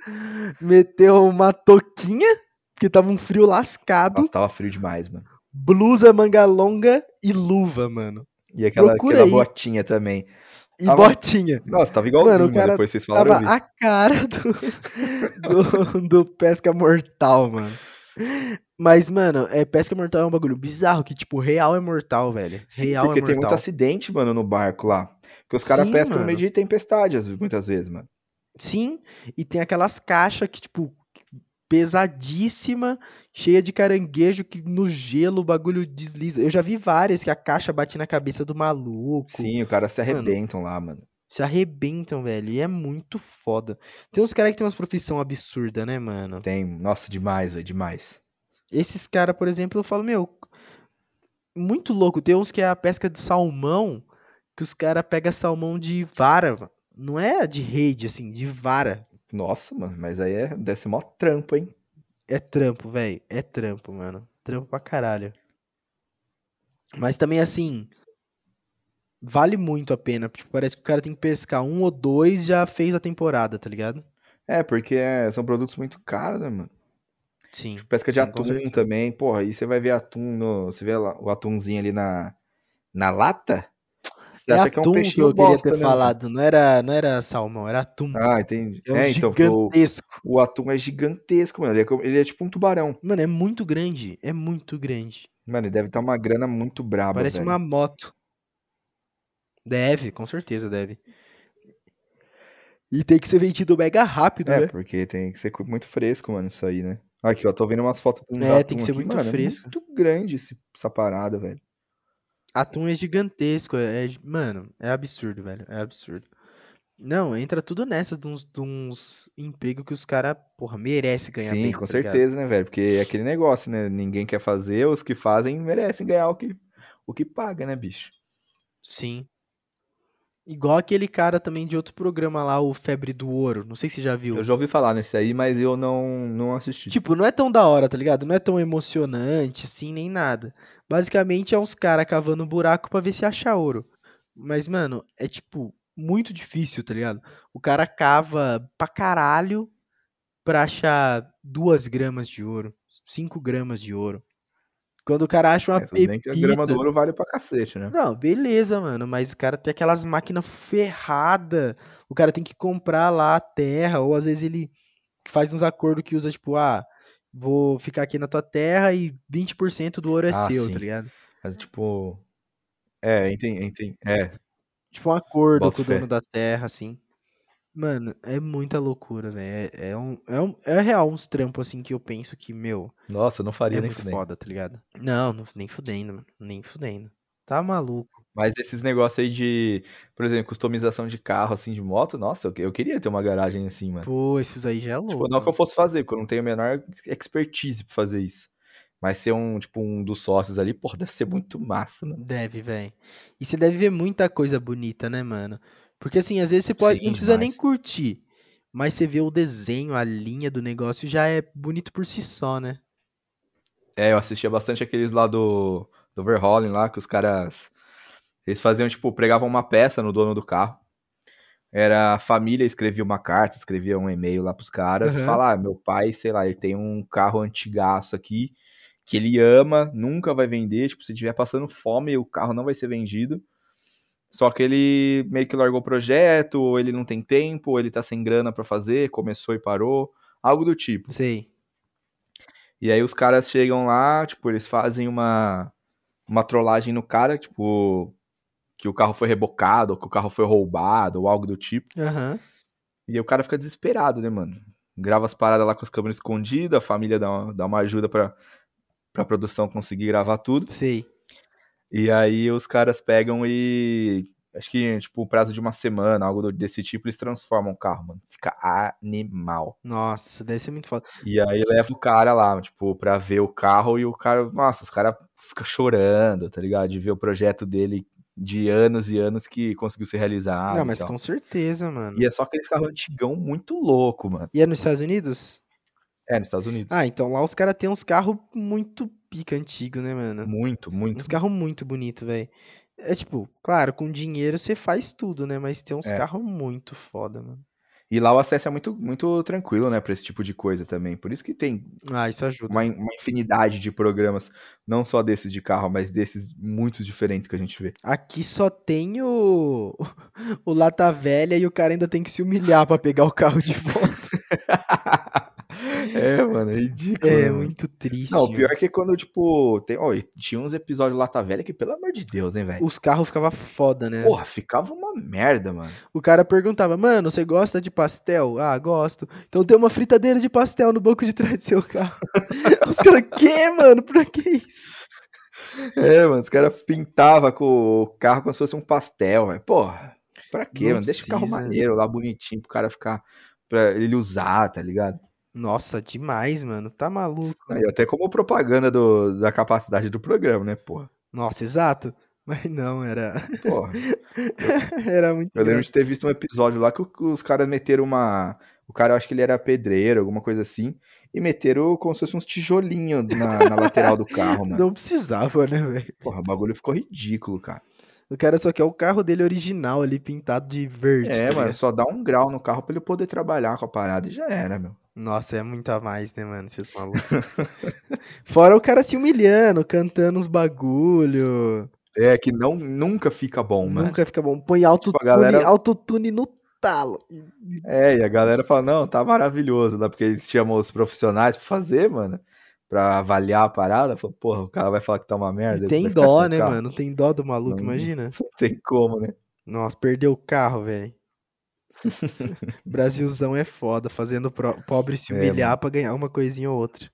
S2: Meteu uma touquinha, porque tava um frio lascado.
S1: Nossa, tava frio demais, mano.
S2: Blusa manga longa e luva, mano.
S1: E aquela,
S2: Procura
S1: aquela
S2: aí.
S1: botinha também.
S2: E
S1: Tava-
S2: botinha.
S1: Nossa, tava igualzinho,
S2: Mano, o
S1: mano,
S2: cara
S1: depois vocês falaram,
S2: Tava
S1: eu vi.
S2: a cara do, do, do Pesca Mortal, mano. Mas, mano, é, Pesca Mortal é um bagulho bizarro, que, tipo, real é mortal, velho.
S1: Sim,
S2: real
S1: porque
S2: é
S1: tem muito
S2: mortal.
S1: acidente, mano, no barco lá. Porque os caras
S2: Sim,
S1: pescam no meio
S2: mano.
S1: de tempestade, às- muitas vezes, mano.
S2: Sim, e tem aquelas caixas que, tipo, pesadíssima, cheia de caranguejo, que no gelo o bagulho desliza. Eu já vi várias que a caixa bate na cabeça do maluco.
S1: Sim, o cara se
S2: Mano.
S1: arrebentam lá, mano.
S2: Se arrebentam, velho. E é muito foda. Tem uns caras que tem umas profissão absurda, né, mano?
S1: Tem, nossa, demais, velho, demais.
S2: Esses caras, por exemplo, eu falo, meu, muito louco. Tem uns que é a pesca do salmão, que os caras pegam salmão de vara, mano. não é de rede, assim, de vara.
S1: Nossa, mano, mas aí é, deve ser mó trampo, hein?
S2: É trampo, velho. É trampo, mano. Trampo pra caralho. Mas também, assim, vale muito a pena. Tipo, parece que o cara tem que pescar um ou dois já fez a temporada, tá ligado?
S1: É, porque é- são produtos muito caros, né, mano?
S2: Sim.
S1: Pesca de
S2: Sim, com
S1: atum
S2: certeza.
S1: também, porra, aí você vai ver atum no. Você vê lá- o atumzinho ali na, na lata? Você
S2: É
S1: acha que é um
S2: atum que,
S1: peixinho
S2: eu queria
S1: bosta,
S2: ter
S1: né, mano?
S2: falado. Não era, não era salmão, era atum.
S1: Ah, entendi.
S2: é um
S1: é, então, porque o,
S2: gigantesco.
S1: o atum é gigantesco, mano. Ele é, como- ele é tipo um tubarão.
S2: Mano, é muito grande. É muito grande.
S1: Mano, ele deve estar uma grana muito braba,
S2: Parece
S1: velho.
S2: uma moto. Deve, com certeza deve. E tem que ser vendido mega rápido,
S1: É,
S2: né?
S1: porque tem que ser cu- muito fresco, mano, isso aí, né? Aqui, ó, tô vendo umas fotos do
S2: É,
S1: atum
S2: tem que ser
S1: aqui,
S2: muito
S1: mano,
S2: fresco.
S1: É muito grande esse- essa parada, velho.
S2: Atum é gigantesco, é, é- mano, é absurdo, velho, é absurdo. Não, entra tudo nessa de uns, de uns emprego que os caras, porra, merece ganhar
S1: Sim,
S2: bem,
S1: com
S2: tá ligado?
S1: certeza, né, velho? Porque é aquele negócio, né? Ninguém quer fazer, os que fazem merecem ganhar o que, o que paga, né, bicho?
S2: Sim. Igual aquele cara também de outro programa lá, o Febre do Ouro, não sei se você já viu.
S1: Eu já ouvi falar nesse aí, mas eu não, não assisti.
S2: Tipo, não é tão da hora, tá ligado? Não é tão emocionante, assim, nem nada. Basicamente é uns caras cavando um buraco pra ver se acha ouro. Mas, mano, é tipo, muito difícil, tá ligado? O cara cava pra caralho pra achar duas gramas de ouro, cinco gramas de ouro. Quando o cara acha uma
S1: É, tudo bem que a grama
S2: pepita-
S1: do ouro vale pra cacete, né?
S2: não, beleza, mano, mas o cara tem aquelas máquinas ferradas. O cara tem que comprar lá a terra, ou às vezes ele faz uns acordos que usa, tipo, ah, vou ficar aqui na tua terra e 20% do ouro é
S1: Ah,
S2: seu,
S1: sim.
S2: tá ligado?
S1: Mas, tipo. É, entendi, entendi. É,
S2: Tipo, um acordo
S1: Boto
S2: com o
S1: fé.
S2: dono da terra, assim. Mano, é muita loucura, velho. É, é, um, é, um, é real uns trampos, assim, que eu penso que, meu,
S1: nossa, eu não faria
S2: é
S1: nem
S2: muito
S1: fudendo.
S2: foda, tá ligado? Não, não- nem fudendo, mano, nem fudendo. Tá maluco.
S1: Mas esses negócios aí de, por exemplo, customização de carro, assim, de moto, nossa, eu, eu queria ter uma garagem assim, mano.
S2: Pô, esses aí já é louco.
S1: Tipo, não que eu
S2: mano.
S1: fosse fazer, porque eu não tenho a menor expertise pra fazer isso. Mas ser um, tipo, um dos sócios ali, porra, deve ser muito massa, mano.
S2: Deve, velho. E você deve ver muita coisa bonita, né, mano? Porque assim, às vezes você pode,
S1: Sim,
S2: não precisa nem
S1: demais.
S2: curtir, mas você vê o desenho, a linha do negócio já é bonito por si só, né?
S1: É, eu assistia bastante aqueles lá do, do Verhoeven lá, que os caras. Eles faziam, tipo, pregavam uma peça no dono do carro. Era a família, escrevia uma carta, escrevia um e-mail lá pros caras.
S2: Aham.
S1: Falar, ah, meu pai, sei lá, ele tem um carro antigaço aqui, que ele ama, nunca vai vender. Tipo, se tiver passando fome, o carro não vai ser vendido. Só que ele meio que largou o projeto, ou ele não tem tempo, ou ele tá sem grana pra fazer, começou e parou. Algo do tipo.
S2: Sei.
S1: E aí os caras chegam lá, tipo, eles fazem uma, uma trollagem no cara, tipo, que o carro foi rebocado, ou que o carro foi roubado, ou algo do tipo.
S2: Aham.
S1: E aí o cara fica desesperado, né, mano? Grava as paradas lá com as câmeras escondidas, a família dá uma, dá uma ajuda pra, pra produção conseguir gravar tudo.
S2: Sei.
S1: E aí os caras pegam e. Acho que, tipo, o prazo de uma semana, algo do- desse tipo, eles transformam o carro, mano. Fica animal.
S2: Nossa, deve ser muito foda.
S1: E aí leva o cara lá, tipo, pra ver o carro e o cara, nossa, os cara fica chorando, tá ligado? De ver o projeto dele de anos e anos que conseguiu ser realizado
S2: Não,
S1: e
S2: mas
S1: tal.
S2: com certeza, mano.
S1: Ah, então. E é só aqueles carros antigão muito louco, mano.
S2: E é nos Estados Unidos?
S1: É, nos Estados Unidos.
S2: Ah, então lá os caras têm uns carros muito pica antigo, né, mano?
S1: Muito, muito.
S2: Uns carros muito bonito, velho. É tipo, claro, com dinheiro você faz tudo, né? Mas tem uns
S1: É.
S2: carros muito foda, mano.
S1: E lá o acesso é muito, muito tranquilo, né, pra esse tipo de coisa também. Por isso que tem
S2: Ah, isso ajuda.
S1: uma, uma infinidade de programas, não só desses de carro, mas desses muitos diferentes que a gente vê.
S2: Aqui só tem o... o Lata Velha e o cara ainda tem que se humilhar pra pegar o carro de volta.
S1: é, mano, é ridículo, né,
S2: É
S1: mano?
S2: muito triste.
S1: Não, o
S2: mano.
S1: pior é que quando, tipo, tem, ó, e tinha uns episódios Lata Velha que, pelo amor de Deus, hein, velho.
S2: Os carros ficavam foda, né?
S1: Porra, ficava uma merda, mano.
S2: O cara perguntava, mano, você gosta de pastel? Ah, gosto. Então tem uma fritadeira de pastel no banco de trás do seu carro. Os caras, que, mano? Pra que isso?
S1: É, mano, os caras pintavam com o carro como se fosse um pastel, velho. Porra, pra quê,
S2: Não
S1: mano? Deixa o carro
S2: precisa.
S1: maneiro lá, bonitinho, pro cara ficar. Pra ele usar, tá ligado?
S2: Nossa, demais, mano. Tá maluco.
S1: Aí, até como propaganda do- da capacidade do programa, né, porra?
S2: Nossa, exato. Mas não, era.
S1: Porra.
S2: era muito.
S1: Eu lembro
S2: engraçado.
S1: de ter visto um episódio lá que o- os caras meteram uma. O cara, eu acho que ele era pedreiro, alguma coisa assim. E meteram como se fosse uns tijolinhos na, na lateral do carro, mano.
S2: Não precisava, né, velho?
S1: Porra, o bagulho ficou ridículo, cara.
S2: O cara só quer o carro dele original ali, pintado de verde.
S1: É,
S2: tá
S1: mano,
S2: ligado?
S1: só dá um grau no carro pra ele poder trabalhar com a parada e já era, meu.
S2: Nossa, é muito a mais, né, mano? Vocês malucos. Fora o cara se humilhando, cantando uns bagulho.
S1: É que não, nunca fica bom, mano.
S2: Nunca fica bom. Põe autotune,
S1: Tipo, a galera-
S2: autotune no talo.
S1: É, e a galera fala, não, tá maravilhoso, né? Porque eles chamam os profissionais pra fazer, mano. Pra avaliar a parada. Fala, porra, o cara vai falar que tá uma
S2: E
S1: merda. ele
S2: tem
S1: vai ficar
S2: dó,
S1: sem
S2: né,
S1: carro.
S2: mano? Tem dó do maluco,
S1: Não-
S2: imagina.
S1: Não tem como, né?
S2: Nossa, perdeu o carro, velho. Brasilzão é foda, fazendo pro- pobre se
S1: É,
S2: humilhar pra ganhar uma coisinha ou outra.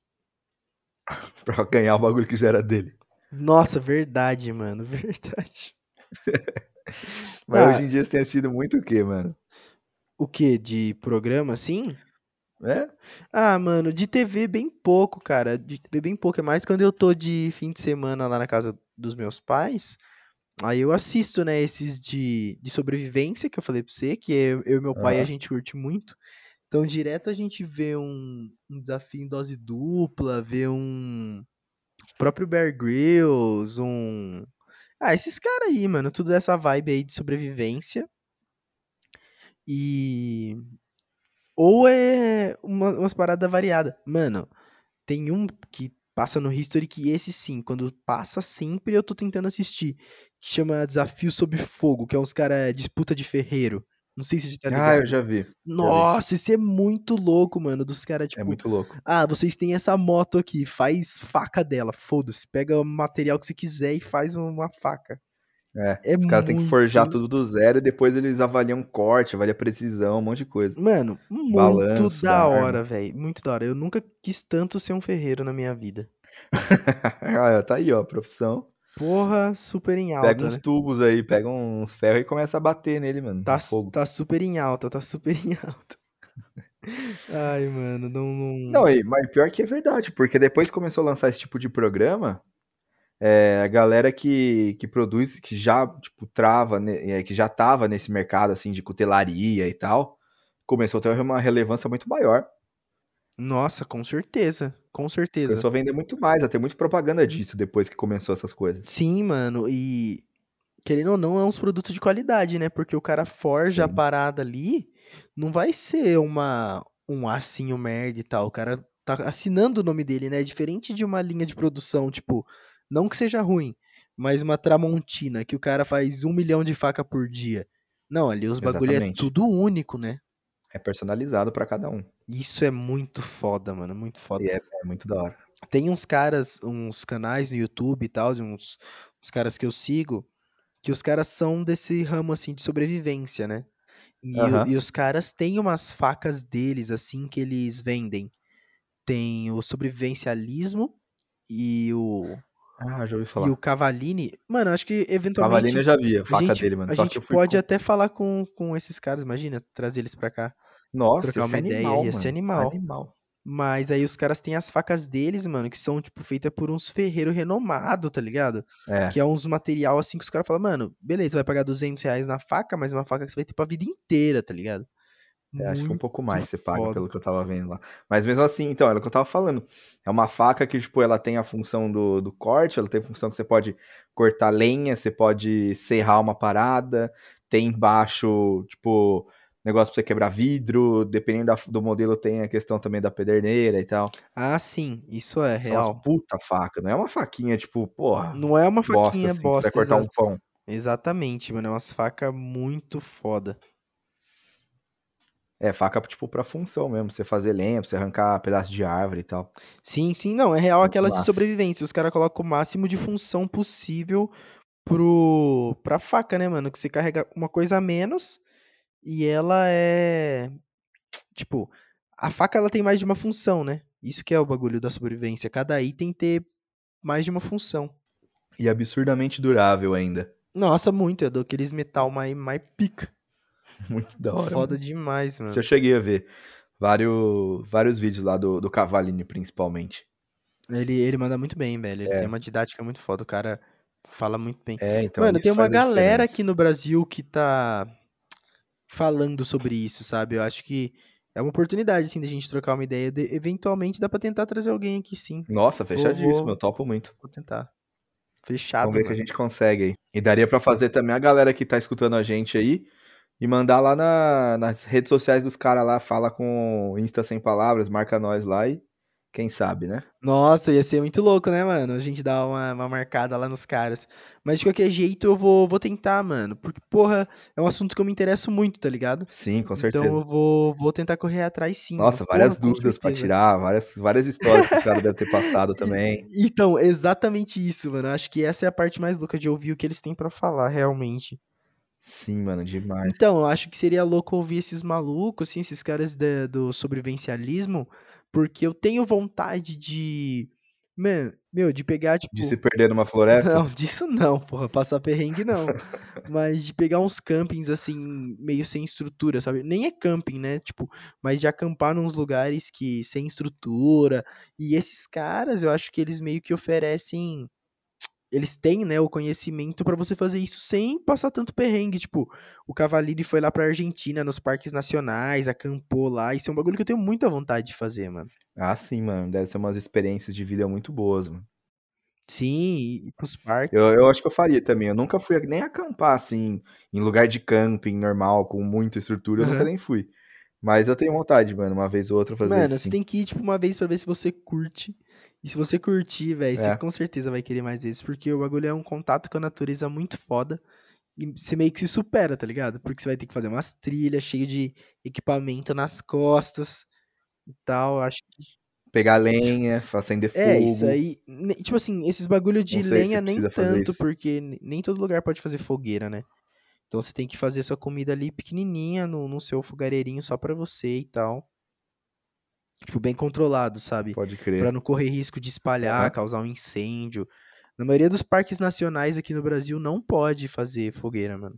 S1: pra ganhar o bagulho que já era dele.
S2: Nossa, verdade, mano. Verdade.
S1: Mas
S2: Ah.
S1: hoje em dia você tem assistido muito o quê, mano?
S2: O que? De programa, assim?
S1: É?
S2: Ah, mano, de TV bem pouco, cara. De TV bem pouco. É mais quando eu tô de fim de semana lá na casa dos meus pais. Aí eu assisto, né, esses de, de sobrevivência que eu falei pra você, que é eu, eu e meu pai a
S1: Aham.
S2: gente curte muito. Então, direto a gente vê um, um desafio em dose dupla, vê um próprio Bear Grylls, um. Ah, esses caras aí, mano, tudo essa vibe aí de sobrevivência. E. Ou é uma- umas paradas variadas. Mano, tem um que passa no History que esse sim, quando passa sempre eu tô tentando assistir. Que chama Desafio Sob Fogo, que é uns cara disputa de ferreiro. não sei se você tá
S1: Ah,
S2: ligado.
S1: eu já vi.
S2: Nossa, isso é muito louco, mano. Dos caras, tipo,
S1: É muito louco.
S2: ah, vocês têm essa moto aqui, faz faca dela, foda-se. Pega o material que você quiser e faz uma faca.
S1: É.
S2: É
S1: Os caras têm que
S2: muito-
S1: forjar tudo do zero e depois eles avaliam corte, avaliam precisão, um monte de coisa.
S2: Mano, muito
S1: Balanço da
S2: da
S1: arma.
S2: hora, velho. Muito da hora. Eu nunca quis tanto ser um ferreiro na minha vida.
S1: Ah, tá aí, ó, profissão.
S2: Porra, super em alta,
S1: Pega um uns
S2: né?
S1: tubos aí, pega uns ferros e começa a bater nele, mano.
S2: Tá,
S1: no fogo.
S2: tá super em alta, tá super em alta. Ai, mano, não. não...
S1: Não, e- mas pior que é verdade, porque depois que começou a lançar esse tipo de programa, é, a galera que, que produz, que já, tipo, trava, ne- é, que já tava nesse mercado, assim, de cutelaria e tal, começou a ter uma relevância muito maior.
S2: Nossa, com certeza. Com certeza.
S1: Começou a vender muito mais, a ter muita
S2: Hum.
S1: propaganda disso depois que começou essas coisas.
S2: Sim, mano, e querendo ou não, é uns produtos de qualidade, né? Porque o cara forja a
S1: Sim.
S2: parada ali, não vai ser uma um assinho merda e tal. O cara tá assinando o nome dele, né? É Diferente de uma linha de produção, tipo, não que seja ruim, mas uma Tramontina, que o cara faz um milhão de faca por dia. Não, ali os bagulho é
S1: Exatamente.
S2: tudo único, né?
S1: É personalizado pra cada um.
S2: Isso é muito foda, mano, muito foda.
S1: E é, é muito da hora.
S2: Tem uns caras, uns canais no YouTube e tal, de uns, uns caras que eu sigo, que os caras são desse ramo assim de sobrevivência, né? E, o-
S1: Aham.
S2: e os caras têm umas facas deles assim que eles vendem. Tem o sobrevivencialismo e o
S1: Ah, já ouvi
S2: e
S1: falar.
S2: o Cavalini. Mano, eu acho que eventualmente
S1: Cavalina eu já vi, a
S2: a
S1: é faca
S2: gente,
S1: dele, mano.
S2: a
S1: Só
S2: gente
S1: que eu fui.
S2: pode
S1: com-
S2: até falar com, com esses caras, imagina, trazer eles pra cá,
S1: Nossa,
S2: trocar
S1: esse é
S2: uma ideia,
S1: animal,
S2: ia ser
S1: mano.
S2: animal.
S1: Animal.
S2: mas aí os caras têm as facas deles, mano, que são tipo feitas por uns ferreiros renomado, tá ligado?
S1: É.
S2: Que é uns material assim que os caras falam, mano, beleza, vai pagar 200 reais na faca, mas é uma faca que você vai ter pra vida inteira, tá ligado?
S1: É, acho que um
S2: Muito
S1: pouco mais você paga,
S2: foda.
S1: pelo que eu tava vendo lá. Mas mesmo assim, então, era o que eu tava falando. É uma faca que, tipo, ela tem a função do, do corte, ela tem a função que você pode cortar lenha, você pode serrar uma parada, tem embaixo, tipo, negócio pra você quebrar vidro, dependendo da- do modelo, tem a questão também da pederneira e tal.
S2: Ah, sim, isso é
S1: São umas
S2: real.
S1: puta faca, não é uma faquinha, tipo, porra,
S2: Não é uma
S1: bosta,
S2: faquinha
S1: assim, que você vai
S2: bosta,
S1: cortar um
S2: exa-
S1: pão.
S2: exatamente, mano, é umas facas muito foda.
S1: É, faca, tipo, pra função mesmo, pra você fazer lenha, pra você arrancar pedaço de árvore e tal.
S2: Sim, sim, não, é real
S1: Muito
S2: aquelas de
S1: massa.
S2: sobrevivência, os caras colocam o máximo de função possível pro pra faca, né, mano, que você carrega uma coisa a menos e ela é tipo, a faca ela tem mais de uma função, né? Isso que é o bagulho da sobrevivência. Cada item ter mais de uma função.
S1: E absurdamente durável ainda.
S2: Nossa, muito, é daqueles metal mais, mais pica.
S1: Muito da hora.
S2: Foda
S1: mano.
S2: demais, mano.
S1: Já cheguei a ver vários, vários vídeos lá do, do Cavalini, principalmente.
S2: Ele, ele manda muito bem, velho. Ele
S1: É.
S2: tem uma didática muito foda. O cara fala muito bem.
S1: É, então
S2: mano,
S1: isso
S2: tem uma
S1: faz a
S2: galera
S1: diferença.
S2: aqui no Brasil que tá falando sobre isso, sabe? Eu acho que é uma oportunidade, assim, da gente trocar uma ideia. De- eventualmente dá pra tentar trazer alguém aqui, sim.
S1: Nossa, fechadíssimo,
S2: vou-
S1: eu topo muito.
S2: Vou tentar.
S1: Vamos
S2: Fechado,
S1: ver o que a
S2: mano.
S1: gente consegue aí. E daria pra fazer também a galera que tá escutando a gente aí e mandar lá na- nas redes sociais dos caras lá, fala com o Insta Sem Palavras, marca nós lá e quem sabe, né?
S2: Nossa, ia ser muito louco, né, mano? A gente dar uma, uma marcada lá nos caras. Mas de qualquer jeito eu vou, vou tentar, mano. Porque, porra, é um assunto que eu me interesso muito, tá ligado?
S1: Sim, com certeza.
S2: Então eu vou, vou tentar correr atrás sim. mano.
S1: Nossa, várias
S2: Uhum. Porra, com
S1: dúvidas pra
S2: certeza.
S1: tirar, várias, várias histórias que os caras devem ter passado
S2: E-
S1: também.
S2: Então, exatamente isso, mano. Acho que essa é a parte mais louca de ouvir o que eles têm pra falar, realmente.
S1: Sim, mano, demais.
S2: Então, eu acho que seria louco ouvir esses malucos, assim, esses caras da- do sobrevivencialismo, porque eu tenho vontade de Mano, meu, de pegar, tipo.
S1: De se perder numa floresta?
S2: Não, disso não, porra. Passar perrengue não. mas de pegar uns campings, assim, meio sem estrutura, sabe? Nem é camping, né? Tipo, mas de acampar nos lugares que sem estrutura. E esses caras, eu acho que eles meio que oferecem. Eles têm, né, o conhecimento pra você fazer isso sem passar tanto perrengue. Tipo, o Cavalieri foi lá pra Argentina, nos parques nacionais, acampou lá. Isso é um bagulho que eu tenho muita vontade de fazer, mano.
S1: Ah, sim, mano. Deve ser umas experiências de vida muito boas, mano.
S2: Sim, e ir pros parques.
S1: Eu, eu acho que eu faria também. Eu nunca fui nem acampar, assim, em lugar de camping normal, com muita estrutura. Eu nunca
S2: Aham.
S1: nem fui. Mas eu tenho vontade, mano, uma vez ou outra fazer assim.
S2: Mano,
S1: isso.
S2: você
S1: sim.
S2: tem que ir, tipo, uma vez pra ver se você curte. E se você curtir, velho, você
S1: É.
S2: com certeza vai querer mais vezes. Porque o bagulho é um contato com a natureza muito foda. E você meio que se supera, tá ligado? Porque você vai ter que fazer umas trilhas cheio de equipamento nas costas e tal. Acho que.
S1: Pegar lenha, acender fogo.
S2: É, isso aí. ne- Tipo assim, esses bagulho de
S1: Não sei se
S2: lenha nem
S1: precisa fazer
S2: tanto,
S1: isso.
S2: porque n- nem todo lugar pode fazer fogueira, né? Então você tem que fazer sua comida ali pequenininha, no, no seu fogareirinho só pra você e tal. Tipo, bem controlado, sabe?
S1: Pode crer.
S2: Pra não correr risco de espalhar,
S1: Aham.
S2: causar um incêndio. Na maioria dos parques nacionais aqui no Brasil não pode fazer fogueira, mano.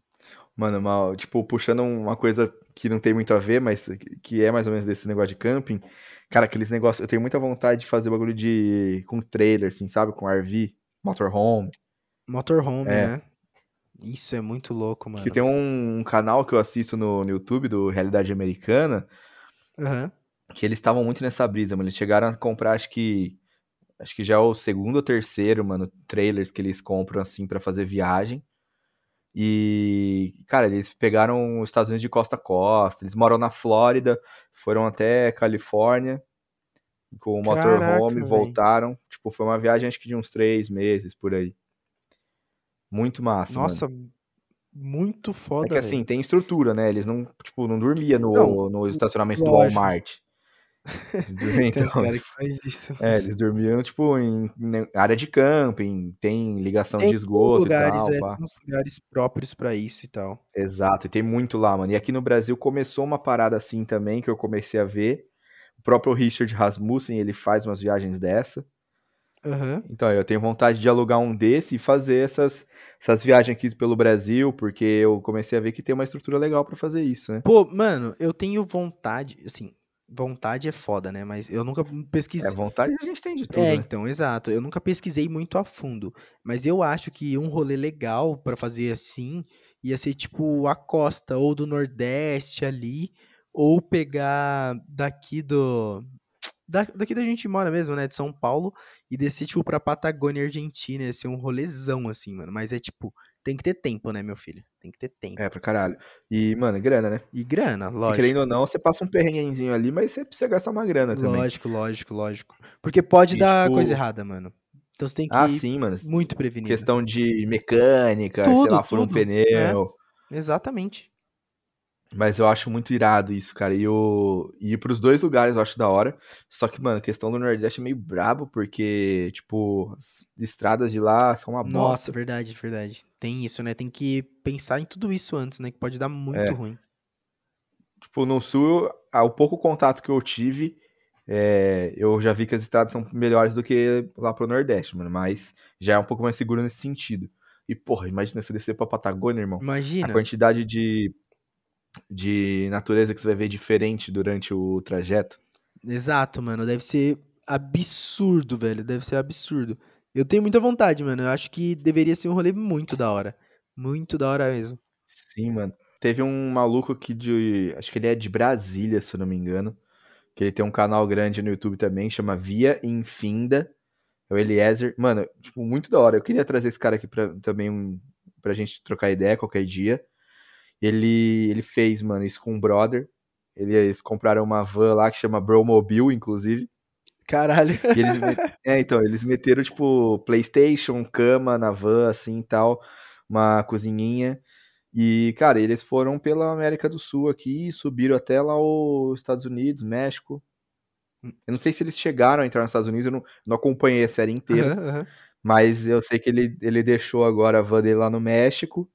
S1: Mano, mal, tipo, puxando uma coisa que não tem muito a ver, mas que é mais ou menos desse negócio de camping. Cara, aqueles negócios, eu tenho muita vontade de fazer bagulho de com trailer, assim, sabe? Com RV, motorhome.
S2: Motorhome,
S1: É.
S2: né? Isso é muito louco, mano.
S1: Que tem um, um canal que eu assisto no, no YouTube do Realidade Americana,
S2: Aham.
S1: que eles estavam muito nessa brisa, mano. Eles chegaram a comprar, acho que acho que já é o segundo ou terceiro, mano, trailers que eles compram assim pra fazer viagem. E, cara, eles pegaram os Estados Unidos de costa a costa, eles moram na Flórida, foram até Califórnia com o
S2: Caraca,
S1: motorhome,
S2: véi.
S1: voltaram. Tipo, foi uma viagem acho que de uns três meses por aí. Muito massa, mano.
S2: Nossa, muito foda,
S1: É que
S2: velho.
S1: assim, tem estrutura, né? Eles não, tipo, não dormia no,
S2: Não,
S1: no estacionamento
S2: lógico.
S1: do Walmart. Eles dormiam,
S2: Tem uns
S1: então,
S2: caras que faz isso.
S1: é, eles dormiam, tipo, em, em área de camping, tem ligação
S2: Tem
S1: de
S2: uns
S1: esgoto e
S2: lugares,
S1: tal,
S2: é,
S1: pá.
S2: tem uns lugares próprios pra isso e tal.
S1: Exato, e tem muito lá, mano. E aqui no Brasil começou uma parada assim também, que eu comecei a ver. O próprio Richard Rasmussen, ele faz umas viagens dessa.
S2: Aham.
S1: Então, eu tenho vontade de alugar um desse e fazer essas, essas viagens aqui pelo Brasil, porque eu comecei a ver que tem uma estrutura legal pra fazer isso, né?
S2: Pô, mano, eu tenho vontade, assim, vontade é foda, né? Mas eu nunca pesquisei.
S1: É, vontade a gente tem de tudo,
S2: É,
S1: né?
S2: então, exato. Eu nunca pesquisei muito a fundo, mas eu acho que um rolê legal pra fazer assim ia ser tipo a costa ou do Nordeste ali, ou pegar daqui do da- daqui da gente mora mesmo, né, de São Paulo e descer tipo pra Patagônia Argentina, ia ser um rolezão assim, mano, mas é tipo, tem que ter tempo, né, meu filho? Tem que ter tempo.
S1: É, pra caralho. E, mano, grana, né?
S2: E grana,
S1: Porque,
S2: lógico.
S1: querendo ou não, você passa um perrenguezinho ali, mas você precisa gastar uma grana também.
S2: Lógico, lógico, lógico. Porque pode
S1: E,
S2: dar coisa
S1: tipo-
S2: errada, mano. Então você tem que
S1: Ah,
S2: ir
S1: sim, mano.
S2: muito né? prevenido.
S1: Questão de mecânica, sei
S2: Tudo,
S1: lá, fura um
S2: tudo, né?
S1: pneu.
S2: Exatamente.
S1: Mas eu acho muito irado isso, cara. E o... e ir pros dois lugares eu acho da hora. Só que, mano, a questão do Nordeste é meio brabo, porque, tipo, as estradas de lá são uma
S2: Nossa,
S1: bosta.
S2: verdade, verdade. Tem isso, né? Tem que pensar em tudo isso antes, né? Que pode dar muito
S1: É.
S2: ruim.
S1: Tipo, no Sul, eu- ah, o pouco contato que eu tive, é, eu já vi que as estradas são melhores do que lá pro Nordeste, mano. Mas já é um pouco mais seguro nesse sentido. E, porra, imagina você descer pra Patagônia, irmão. A
S2: Imagina.
S1: quantidade de, de natureza que você vai ver diferente durante o trajeto.
S2: Exato, mano. Deve ser absurdo, velho. Deve ser absurdo. Eu tenho muita vontade, mano. Eu acho que deveria ser um rolê muito da hora. Muito da hora mesmo.
S1: Sim, mano. Teve um maluco aqui de. Acho que ele é de Brasília, se eu não me engano. Que ele tem um canal grande no YouTube também, chama Via Infinda. É o Eliezer. Mano, tipo, muito da hora. Eu queria trazer esse cara aqui pra, também um, pra gente trocar ideia qualquer dia. Ele, ele fez, mano, isso com um brother. Ele- Eles compraram uma van lá que chama Bromobile, inclusive.
S2: Caralho.
S1: E eles me- É, então, eles meteram, tipo, Playstation, cama na van, assim, e tal, uma cozinhinha. E, cara, eles foram pela América do Sul aqui, subiram até lá os Estados Unidos, México. Eu não sei se eles chegaram a entrar nos Estados Unidos, eu não, não acompanhei a série inteira,
S2: Aham, aham.
S1: mas eu sei que ele, ele deixou agora a van dele lá no México,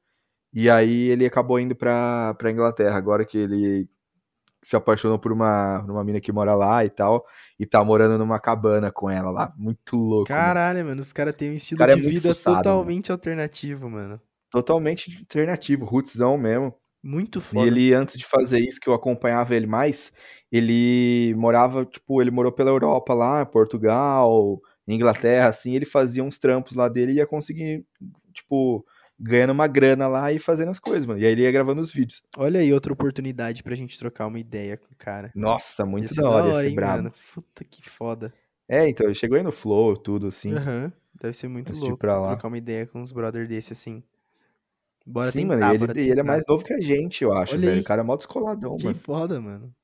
S1: e aí ele acabou indo pra, pra Inglaterra, agora que ele se apaixonou por uma, por uma mina que mora lá e tal, e tá morando numa cabana com ela lá. Muito louco. mano.
S2: Caralho, mano, os caras têm um estilo
S1: cara é
S2: de
S1: muito
S2: vida
S1: fuçado,
S2: totalmente alternativo, mano.
S1: Totalmente alternativo, rootsão mesmo.
S2: Muito
S1: E
S2: foda.
S1: ele, antes de fazer isso, que eu acompanhava ele mais, ele morava, tipo, ele morou pela Europa lá, Portugal, Inglaterra, assim, ele fazia uns trampos lá dele e ia conseguir, tipo, ganhando uma grana lá e fazendo as coisas, mano. E aí ele ia gravando os vídeos.
S2: Olha aí outra oportunidade pra gente trocar uma ideia com o cara.
S1: Nossa, muito
S2: Ia ser
S1: da hora, ia ser
S2: é hein,
S1: brabo.
S2: mano. Puta que foda.
S1: É, então, ele chegou aí no Flow, tudo assim.
S2: Aham. Deve ser muito
S1: Assistir
S2: louco
S1: pra lá.
S2: trocar uma ideia com uns brother desse assim. Bora
S1: Sim,
S2: tentar,
S1: mano, e ele,
S2: bora
S1: e ele é
S2: tentar.
S1: mais novo que a gente, eu acho,
S2: Olha
S1: velho.
S2: aí.
S1: O cara é mó descoladão,
S2: Que
S1: mano.
S2: foda, mano.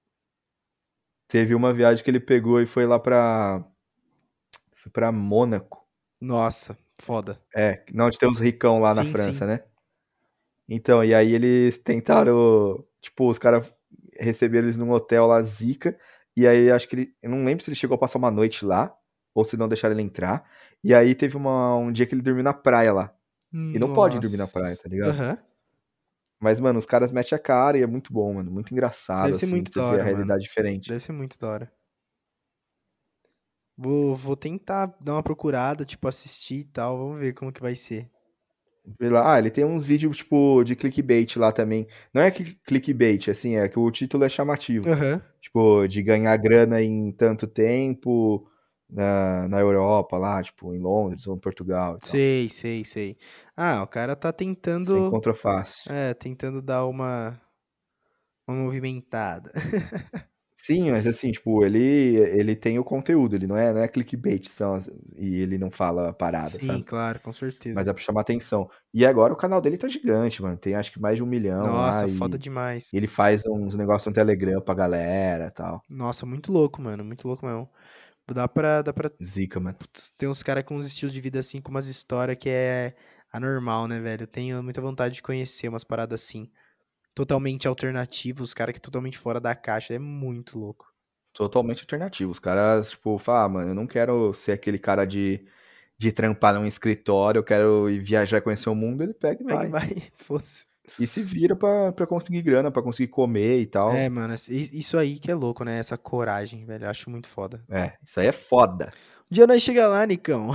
S1: Teve uma viagem que ele pegou e foi lá pra. Foi pra Mônaco.
S2: Nossa, foda.
S1: É, não, onde tem os ricão lá na
S2: Sim,
S1: França, né? Então, e aí eles tentaram, tipo, os caras receberam eles num hotel lá, zica, e aí acho que ele, eu não lembro se ele chegou a passar uma noite lá, ou se não deixaram ele entrar, e aí teve uma, um dia que ele dormiu na praia lá,
S2: E
S1: não pode dormir na praia, tá ligado?
S2: Aham.
S1: mas, mano, os caras metem a cara e é muito bom, mano, muito engraçado,
S2: Deve ser
S1: assim,
S2: muito
S1: você
S2: da
S1: vê
S2: hora,
S1: a realidade
S2: mano.
S1: diferente.
S2: Deve ser muito da hora. Vou, vou tentar dar uma procurada, tipo, assistir e tal. Vamos ver como que vai ser.
S1: Vê lá, ah, ele tem uns vídeos, tipo, de clickbait lá também, não é cli- clickbait, assim, é que o título é chamativo.
S2: Aham.
S1: tipo, de ganhar grana em tanto tempo na, na Europa, lá, tipo, em Londres ou em Portugal e tal.
S2: Sei, sei, sei. Ah, o cara tá
S1: Você
S2: tentando.
S1: encontra fácil.
S2: É, tentando dar uma. Uma movimentada.
S1: Sim, mas assim, tipo, ele, ele tem o conteúdo, ele não é, não é clickbait, são, as- e ele não fala a parada,
S2: Sim,
S1: sabe?
S2: claro, com certeza.
S1: Mas é pra chamar atenção. E agora o canal dele tá gigante, mano. Tem acho que mais de um milhão lá.
S2: Nossa,
S1: E
S2: foda demais.
S1: ele faz uns negócios no Telegram pra galera e tal.
S2: Nossa, muito louco, mano. Muito louco mesmo. Dá pra, dá pra
S1: Zica, mano.
S2: Putz, Tem uns caras com uns estilos de vida assim, com umas histórias que é anormal, né, velho? Eu tenho muita vontade de conhecer umas paradas assim. Totalmente alternativos, os caras que é totalmente fora da caixa. É muito louco.
S1: Totalmente alternativo. Os caras, tipo, falam, ah, mano, eu não quero ser aquele cara de, de trampar num escritório, eu quero ir viajar e conhecer o mundo. Ele pega e
S2: Como é
S1: vai.
S2: que vai? Fosse.
S1: E se vira pra, pra conseguir grana, pra conseguir comer e tal.
S2: É,
S1: É.
S2: mano, esse- i- isso aí que é louco, né? Essa coragem, velho. Eu acho muito foda.
S1: isso aí é foda.
S2: Um dia nós chega lá, Nicão.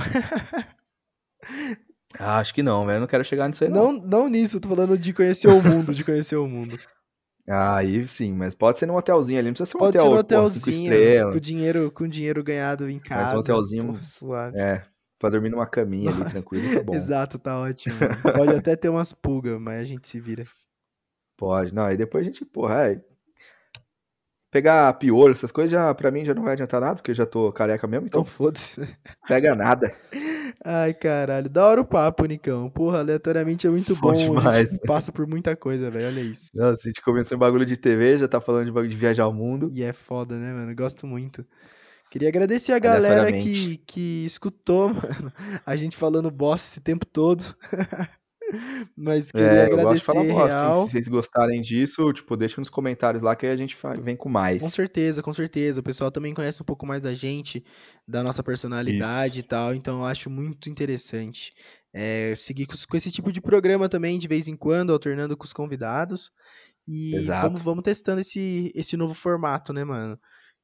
S1: Ah, acho que não, velho. Eu não quero chegar nisso aí, não.
S2: Não, não nisso, eu tô falando de conhecer o mundo, de conhecer o mundo.
S1: Ah, Aí sim, mas pode ser num hotelzinho ali. Não precisa ser um
S2: Pode
S1: hotel,
S2: ser um
S1: porra, cinco
S2: hotelzinho,
S1: estrelas. um
S2: com dinheiro, com dinheiro ganhado em casa.
S1: hotelzinho,
S2: porra, suave.
S1: É, pra dormir numa caminha ali, tranquilo, tá bom.
S2: Exato, tá ótimo. mano. Pode até ter umas pulgas, mas a gente se vira.
S1: Então Pode. Não, aí depois a gente, porra, é... Pegar piolho, essas coisas, já, pra mim já não vai adiantar nada, porque eu já tô careca mesmo,
S2: Então
S1: então
S2: foda-se, né?
S1: pega nada.
S2: Ai, caralho. Da hora o papo, Nicão. Porra, aleatoriamente é muito bom.
S1: Bom
S2: a gente
S1: demais,
S2: passa por muita coisa, velho. Olha isso.
S1: Nossa, a gente começou em bagulho de TV, já tá falando de bagulho de viajar ao mundo.
S2: E é foda, né, mano? Gosto muito. Queria agradecer a galera que,
S1: Aleatoriamente.
S2: que escutou, mano, a gente falando bosta esse tempo todo. Mas queria
S1: É, eu gosto de
S2: agradecer
S1: falar bosta, hein?
S2: real.
S1: Se vocês gostarem disso, tipo, deixa nos comentários lá que aí a gente fa- vem com mais.
S2: Com certeza, com certeza. O pessoal também conhece um pouco mais da gente, da nossa personalidade e tal, então eu acho muito interessante é, seguir com, com esse tipo de programa também, de vez em quando, alternando com os convidados. E
S1: Exato.
S2: vamos, vamos testando esse, esse novo formato, né, mano?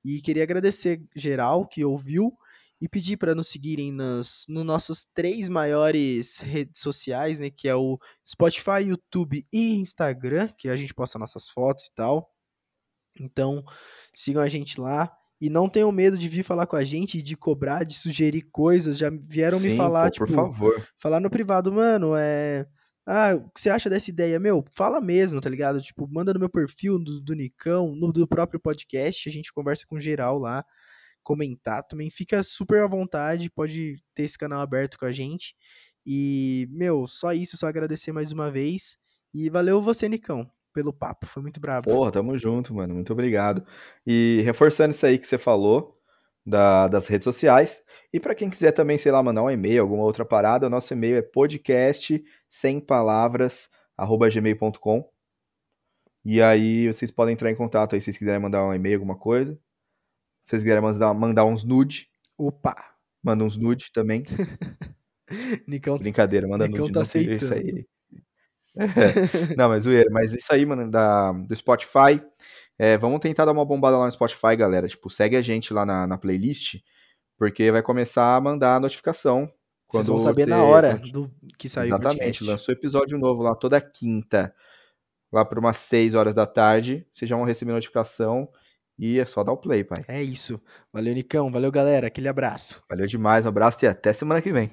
S2: E queria agradecer geral que ouviu e pedir para nos seguirem nas, nos nossos três maiores redes sociais, né? Que é o Spotify, YouTube e Instagram, que a gente posta nossas fotos e tal. Então, sigam a gente lá. E não tenham medo de vir falar com a gente, de cobrar, de sugerir coisas. Já vieram me
S1: Sim,
S2: falar,
S1: pô, por
S2: tipo,
S1: favor.
S2: falar no privado, mano, é. Ah, o que você acha dessa ideia? Meu, fala mesmo, tá ligado? Tipo, manda no meu perfil, do, do Nicão, no do próprio podcast, a gente conversa com geral lá, comentar também. Fica super à vontade, pode ter esse canal aberto com a gente. E, meu, só isso, só agradecer mais uma vez. E valeu você, Nicão, pelo papo, foi muito brabo.
S1: Porra, tamo junto, mano. Muito obrigado. E reforçando isso aí que você falou da- das redes sociais. E pra quem quiser também, sei lá, mandar um e-mail, alguma outra parada, o nosso e-mail é podcast sem palavras, arroba gmail.com. E aí vocês podem entrar em contato aí se vocês quiserem mandar um e-mail, alguma coisa. Se vocês quiserem mandar, mandar uns nude,
S2: Opa!
S1: manda uns nude também.
S2: Nicão
S1: Brincadeira, manda
S2: Nicão
S1: nude.
S2: tá
S1: não, que isso
S2: aceitando.
S1: aí. É. Não, mas zoeira. Mas isso aí, mano, da, do Spotify, É, vamos tentar dar uma bombada lá no Spotify, galera. Tipo, segue a gente lá na, na playlist, porque vai começar a mandar a notificação.
S2: Vocês
S1: quando
S2: vão saber na
S1: ter-
S2: hora
S1: quando-
S2: do que saiu o
S1: Exatamente,
S2: podcast.
S1: lançou episódio novo lá toda quinta, lá por umas 6 horas da tarde. Vocês já vão receber notificação e é só dar o play, pai.
S2: É isso. Valeu, Nicão. Valeu, galera. Aquele abraço.
S1: Valeu demais, um abraço e até semana que vem.